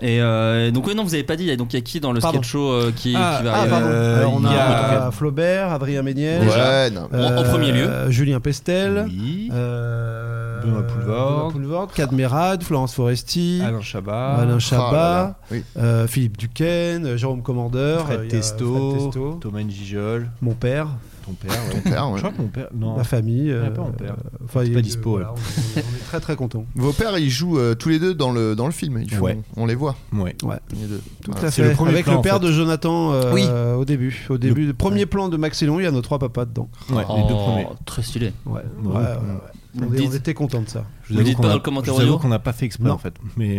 Et euh, donc, ouais, non, vous avez pas dit, donc il y a qui dans le
Pardon.
sketch show euh, qui,
ah,
qui va
ah,
arriver
pardon.
Euh,
Alors, on
il y
a, Flaubert, Adrien Méniel, Euh,
Déjà. Ouais, non. En- en premier lieu.
Julien Pestel,
euh, Benoît
Benoît
Poulvord,
Poulvord, Cadmerade, Florence Foresti,
Alain Chabat,
Alain
Oh là là,
Chabat,
oui.
euh, Philippe Duquesne, euh, Jérôme Commandeur,
Fred
euh, il y a Fred
Testo,
Testo,
Thomas Njijol,
mon père,
ton père, ouais.
Ton père, ouais.
Je crois que mon père, non.
ma famille.
Ouais,
euh,
pas mon père.
enfin,
C'est
il y a
pas
de-
dispo,
voilà,
là.
on, on est très très contents.
Vos pères, ils jouent euh, tous les deux dans le, dans le film. Ils font-
Ouais.
On les voit.
Ouais.
Ouais.
Les deux.
Tout
Voilà.
à fait. Avec le père de Jonathan euh,
Oui.
au début. Au début, le premier plan de Max et Léon, il y a nos trois papas dedans. Oh,
Ouais, les deux premiers.
Oh, Très stylé.
Ouais,
Bon,
ouais, ouais,
bon.
ouais.
Vous
On, est-
dites-
on était contents de ça.
Je
Vous
avoue
dites
qu'on
pas
a-
dans le commentaire
je vous avoue
audio
qu'on n'a pas fait exprès
Non.
en fait. *laughs* Mais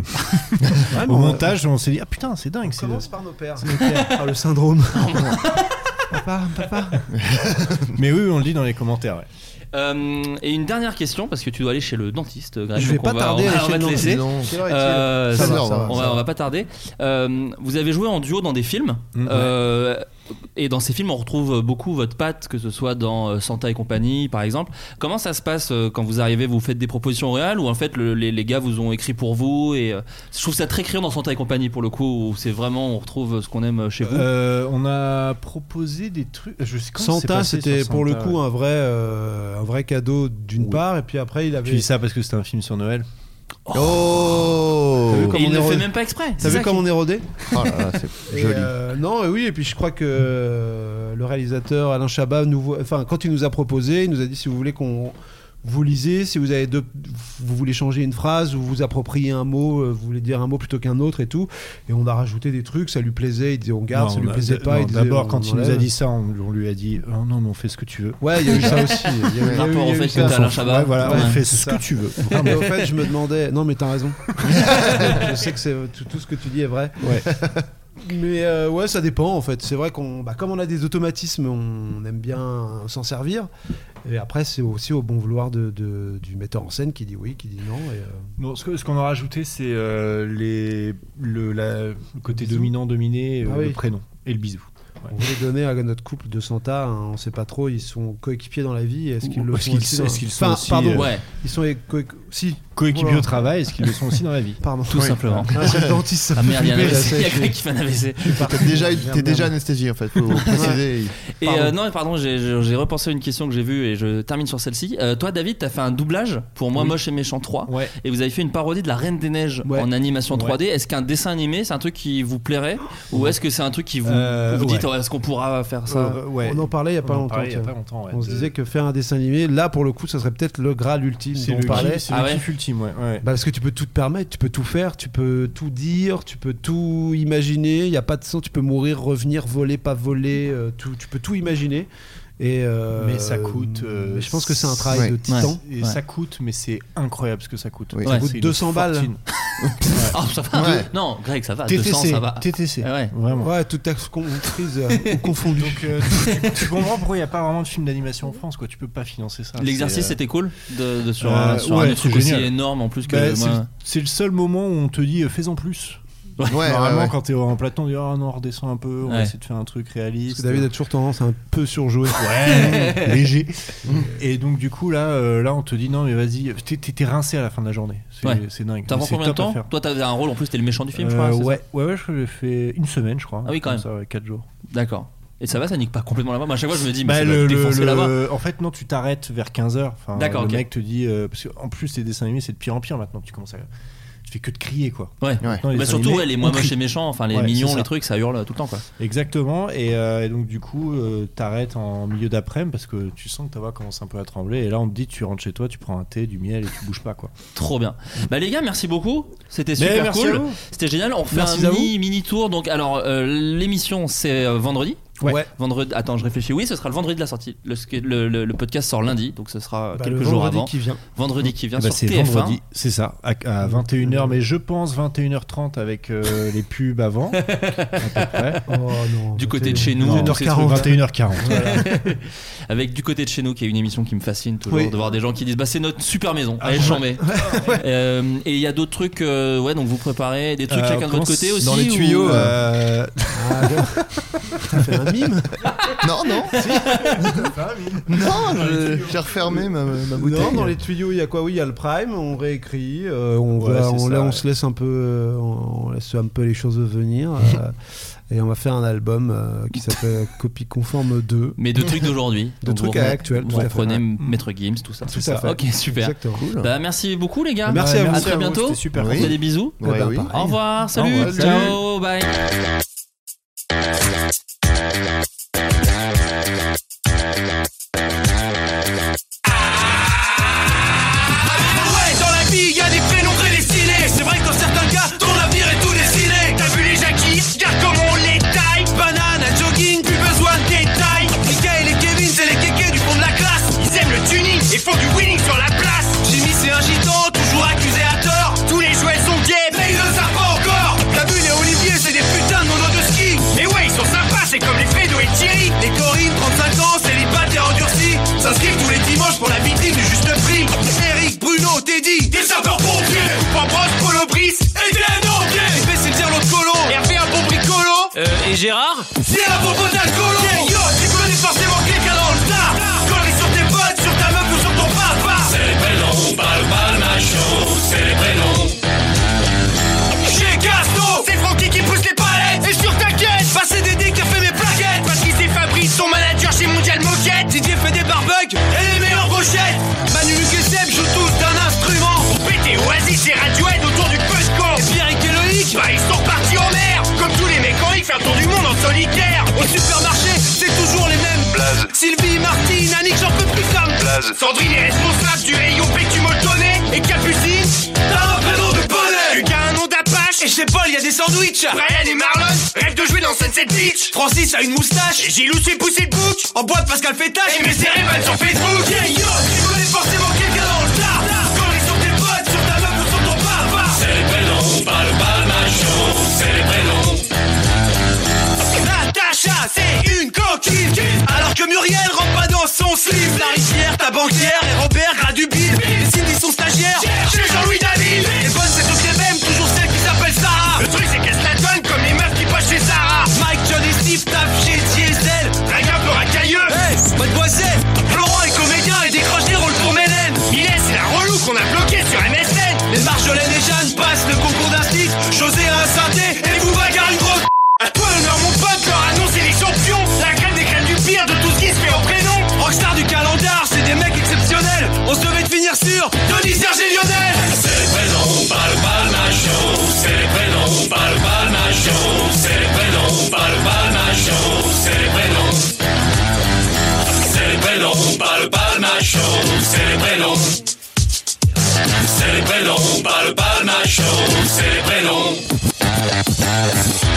Ouais, mais
au
on-
montage, on s'est dit ah putain, c'est dingue.
On
c'est-
commence *laughs* par nos pères. Ah, le
*laughs*
syndrome. papa, *laughs* papa.
mais oui, on le dit dans les commentaires. ouais.
Euh, et une dernière question parce que tu dois aller chez le dentiste. Greg,
Je vais
donc
pas
on va-
tarder
on
à
va-
aller
on
chez
va
le
te laisser.
dentiste. Quelle heure est-il
Euh,
Ça
ça
va,
va,
ça va, ça
on va, on
va. Mm-hmm.
va pas tarder. Euh, vous avez joué en duo dans des films.
Mm.
Euh, et dans ces films, on retrouve beaucoup votre patte, que ce soit dans euh, Santa et compagnie, par exemple. Comment ça se passe euh, quand vous arrivez Vous faites des propositions réelles ou en fait le- les, les gars vous ont écrit pour vous Et euh, je trouve ça très criant dans Santa et compagnie pour le coup, où c'est vraiment on retrouve ce qu'on aime chez vous.
Euh, on a proposé des trucs. Je sais quand c'est
Santa,
passé
c'était
sur
pour le
Santa,
coup
ouais.
un vrai, euh, un vrai cadeau d'une part, et puis après il avait.
Tu dis ça parce que c'était un film sur Noël.
Oh T'as vu comme
Et il
on
ne
est
le fait
rodé
même pas exprès, c'est
T'as
ça
vu comme
qui-
on est rodé
Oh là là,
*laughs*
c'est
Et,
joli.
euh, non, et oui, et puis je crois que euh, le réalisateur Alain Chabat, nous voit- enfin, quand il nous a proposé, il nous a dit si vous voulez qu'on vous lisez, si vous avez deux, vous voulez changer une phrase, vous vous appropriez un mot, euh, vous voulez dire un mot plutôt qu'un autre et tout. Et on a rajouté des trucs, ça lui plaisait, il disait on garde,
Non,
ça lui
on a-
plaisait pas.
non,
il disait,
D'abord,
on
quand il nous a
enlève.
dit ça, on, on lui a dit oh, Non, mais on fait ce que tu veux.
Ouais, il y a eu *laughs* ça aussi. Il y a eu- il y a eu-
Par rapport
il y a
au fait
eu
que
ça.
t'es Alain Chabat.
Ouais, voilà,
Ouais,
on fait
c'est
ce
ça.
que tu veux.
Vraiment.
Et au fait, *laughs* je me demandais. Non, mais t'as *laughs* raison. je sais que c'est tout, tout ce que tu dis est vrai.
Ouais.
*laughs* Mais euh, ouais, ça dépend en fait. C'est vrai qu'on, bah, comme on a des automatismes, on aime bien s'en servir. Et après, c'est aussi au bon vouloir de, de- du metteur en scène qui dit oui, qui dit non. Et, euh,
Non, ce que- ce qu'on a rajouté, c'est euh, les- le, la- le côté dominant-dominé, euh,
Ah
le
oui.
prénom et le bisou. Ouais.
On voulait donner à notre couple de Santa, hein, on sait pas trop, ils sont coéquipiers dans la vie, est-ce qu'ils le
Est-ce
sont
qu'ils-
aussi dans-
est-ce qu'ils sont
Enfin,
aussi,
pardon,
euh, Ouais.
ils sont co- si.
Coéquipiers
Voilà.
au travail, est-ce qu'ils le
*laughs*
sont aussi dans la vie
Pardon.
Tout simplement.
Ah, c'est le dentiste, ça
Ah
me
merde, il y a un
fait flipper,
AVC,
là,
il y a
c'est-
quelqu'un qui fait un AVC.
T'as déjà, t'es
Merde,
déjà
merde.
anesthésié en fait, faut préciser.
Et
Pardon.
euh, non, pardon, j'ai- j'ai j'ai repensé à une question que j'ai vue et je termine sur celle-ci. Euh, toi, David, t'as fait un doublage pour Moi
Oui.
Moche et Méchant 3
Ouais.
et vous avez fait une parodie de La Reine des Neiges
Ouais.
en animation
Ouais.
3D. Est-ce qu'un dessin animé, c'est un truc qui vous plairait ou est-ce que c'est un truc qui vous,
Euh,
vous dites
ouais.
oh, est-ce qu'on pourra faire ça
Euh, On en parlait il y a pas
On en
longtemps.
parlait il y a
tiens.
pas longtemps, ouais,
on se
de-
disait que faire un dessin animé, là pour le coup, ça serait peut-être le graal ultime
C'est
dont
le,
on parlait.
kiff- c'est le
Ah
kiff ultime, ouais. ouais.
Bah, parce que tu peux tout te permettre, tu peux tout faire, tu peux tout dire, tu peux tout imaginer. Il n'y a pas de sens, tu peux mourir, revenir, voler, pas voler. euh, tout, tu peux tout imaginer. Et euh,
mais ça coûte. euh,
mais je pense que c'est un travail
ouais.
de titan. Ouais.
Et ça coûte, mais c'est incroyable ce que ça coûte.
Ça coûte
C'est une
200 balles.
*laughs* fortune. Oh,
Ah, ça va.
Ouais.
Non, Greg, ça va.
TTC,
200, ça va.
TTC.
Ah ouais.
Vraiment.
Ouais, toute taxe comprise euh,
*laughs*
ou confondue.
Donc, euh, tu- tu comprends pourquoi il n'y a pas vraiment de film d'animation en France, quoi. Tu peux pas financer ça.
L'exercice
C'est, euh,
c'était cool de, de- sur,
Euh,
un- sur
ouais,
un truc
c'est
aussi
génial.
énorme en plus que
Bah, c'est
moi- euh,
le- C'est le seul moment où on te dit euh, fais-en plus.
Ouais.
Ouais,
Normalement,
ouais, ouais.
quand t'es en plateau, on dit oh non, redescends un peu, on va
Ouais.
essayer de faire un truc réaliste.
Parce que David a toujours tendance à un peu surjouer. *laughs*
Ouais, léger. Et donc, du coup, là, euh, là, on te dit non, mais vas-y, t'es- t'es t'es rincé à la fin de la journée. C'est
Ouais.
c'est dingue.
T'as
Mais
pour
c'est
combien de
top à
temps
faire.
Toi, t'avais un rôle en plus, t'es le méchant du film, je
Euh,
crois. c'est ça
ouais. ouais, ouais, je crois que j'ai fait une semaine, je crois.
Ah oui, quand
Comme
même.
Ça, ouais, 4 jours.
D'accord. Et ça va, ça nique pas complètement la main. Moi, À chaque fois, je me dis, mais
Bah,
ça
le-
va
le-
défoncer
le-
la main.
En fait, non, tu t'arrêtes vers 15h. Enfin,
D'accord,
le
ok.
mec te dit. euh, parce qu'en plus, les dessins animés, c'est de pire en pire maintenant. Tu commences à. Tu fais que de crier, quoi.
Ouais.
Maintenant,
Bah,
dessins
surtout,
animés,
ouais, les
on
moins
crie.
moches et méchants, enfin, les
Ouais, c'est
mignons,
ça.
les trucs, ça hurle tout le temps, quoi.
Exactement, et, euh, et donc du coup, euh, t'arrêtes en milieu d'après-midi parce que tu sens que ta voix commence un peu à trembler. Et là, on te dit, tu rentres chez toi, tu prends un thé, du miel et tu bouges pas quoi.
Trop bien. Bah les gars, merci beaucoup. C'était
Mais
super
merci à
cool.
vous.
C'était génial. On refait
Merci
un
à
mini mini tour. Donc alors euh, l'émission c'est euh, vendredi.
Ouais.
Vendredi. Attends, je réfléchis. Oui, ce sera le vendredi de la sortie. Le, le- le- le podcast sort lundi, donc ce sera
Bah,
quelques
le
jours
vendredi
avant.
qui vient. Mmh.
Vendredi qui vient
Eh ben,
sur
c'est
TF1.
vendredi, c'est ça, à, 21h, mais je pense 21h30
*laughs*
avec euh, les pubs avant. à peu près.
Oh non.
Du côté de chez nous,
Non,
tous ces trucs.
21h40.
*laughs* avec du côté de chez nous, qui est une émission qui me fascine toujours,
Oui.
de voir des gens qui disent bah c'est notre super maison,
Ah,
elle est
*laughs*
ouais.
chambée. Euh, et il y a d'autres trucs, euh, ouais, donc vous préparez des trucs
Euh,
chacun de
comment
votre côté
c'est-
aussi.
dans les
ou-
tuyaux,
*laughs*
euh,
T'as fait un
*laughs*
mime
Non, *laughs* non, non, je- j'ai refermé ma, ma bouteille.
Non, dans les tuyaux, il y a quoi Oui, il y a le Prime, on réécrit, euh, on,
Ouais,
va-
c'est
on,
ça,
là, on
ouais.
se laisse un peu, euh, on on laisse un peu les choses
*laughs*
venir, euh, et on va faire un album euh, qui s'appelle Copie conforme 2.
Mais de trucs d'aujourd'hui.
De
Donc,
trucs
vous remet-
actuels, tout
Vous
à fait.
reprenez
Ouais.
Maître Gims, tout ça.
Tout à fait.
Ok, super.
Exactement.
Bah, merci beaucoup, les gars. Euh,
Merci à vous.
À
Merci
très bientôt.
c'était super
On
Oui.
fait des bisous.
Ouais,
bah,
oui.
pareil.
Au revoir. bah, Salut.
revoir.
Ciao. Bye.
Ouais, dans la vie, y a des prénoms prédestinés. C'est vrai que dans certains cas, ton avenir est tout dessiné. T'as vu les Jackie Regarde comment on les taille. Banane à jogging, plus besoin de détails. Michael et Kevin, c'est les kékés du fond de la classe. Ils aiment le tuning et font du winning sur la place. Jimmy, c'est un gitan, toujours accusé à tort. Tous les jouets sont gays, mais ils ne savent pas encore. T'as vu les Olivier, c'est des putains de monos de ski. Mais ouais, ils sont sympas, c'est comme les Fredo et Thierry. Les Corinne, 35 ans, célibataire endurci. S'inscrivent tous les dimanches pour la vitrine du juste prix. Eric, Bruno, Teddy, des sapeurs-pompiers. Pambros, Polo Brice et des non-gays. Mais c'est le dire l'autre colo. Hervé, un bon bricolo. Euh, et
Et Gérard
C'est la propagande colon Yo, tu connais forcément quelqu'un dans le tas Connerie sur tes potes, sur ta meuf ou sur ton papa C'est les prénoms, pas le panachot, c'est les prénoms Chez Gaston, c'est Francky qui pousse les palettes Et sur ta quête, passer Bah, Dédé qui a fait mes plaquettes Patrice et Fabrice, son manager chez Mondial Moquette Didier fait des barbecues et les meilleures brochettes Manu Luc et Seb jouent tous d'un instrument Pété Oasis et Radiohead autour du Cusco Et Pierre et Loïc, bah ils sont partis en mer Comme tous les mécaniques, faire le tour du monde en solitaire Au supermarché, c'est toujours les mêmes
Blaze.
Sylvie, Martine, Annick, j'en peux plus femme
Blaze.
Sandrine est responsable du rayon Pétu Moltonnet Et Capucine, t'as un prénom de bonnet Lucas a un nom d'apache Et chez Paul, y a des sandwichs Brian et Marlon rêvent de jouer dans Sunset Beach Francis a une moustache Et Gilou s'est poussé de bouc En boîte Pascal Fétage Et mes cérémales sur Facebook Yeah yo, tu connais forcément quelqu'un dans le tas Connerie sur tes potes, sur ta meuf ou sur ton papa C'est les prénoms, pas le palmachon C'est les prénoms Natacha, c'est une coquine Alors que Muriel rentre pas dans son slip La rivière, ta banquière et Robert Gradubile Les signes sont stagiaires chez Jean-Louis David Les bonnes c'est toutes les mêmes, toujours celles qui s'appellent Sarah Le truc c'est qu'elles se la donnent comme les meufs qui passent chez Sarah Mike, John et Steve tapent chez Diesel Blague un peu racailleux Hey, mademoiselle Florent est comédien et décroche des rôles pour Mélène Millet c'est la relou qu'on a bloqué sur MSN Les Marjolaine et Jeanne passent le concours d'un stick José a un synthé et vous bagarre une grosse à toi l'honneur mon pote, leur annonce c'est les champions La crème des crèmes du pire de tout ce qui se fait au prénom Rockstar du calendar, c'est des mecs exceptionnels On se devait de finir sur Denis Serge et Lionel C'est les prénoms, pas le palmachon C'est les prénoms, pas le palmachon C'est les prénoms, pas le palmachon C'est les prénoms C'est les prénoms, pas le palmachon C'est les prénoms C'est les prénoms, pas le palmachon C'est les prénoms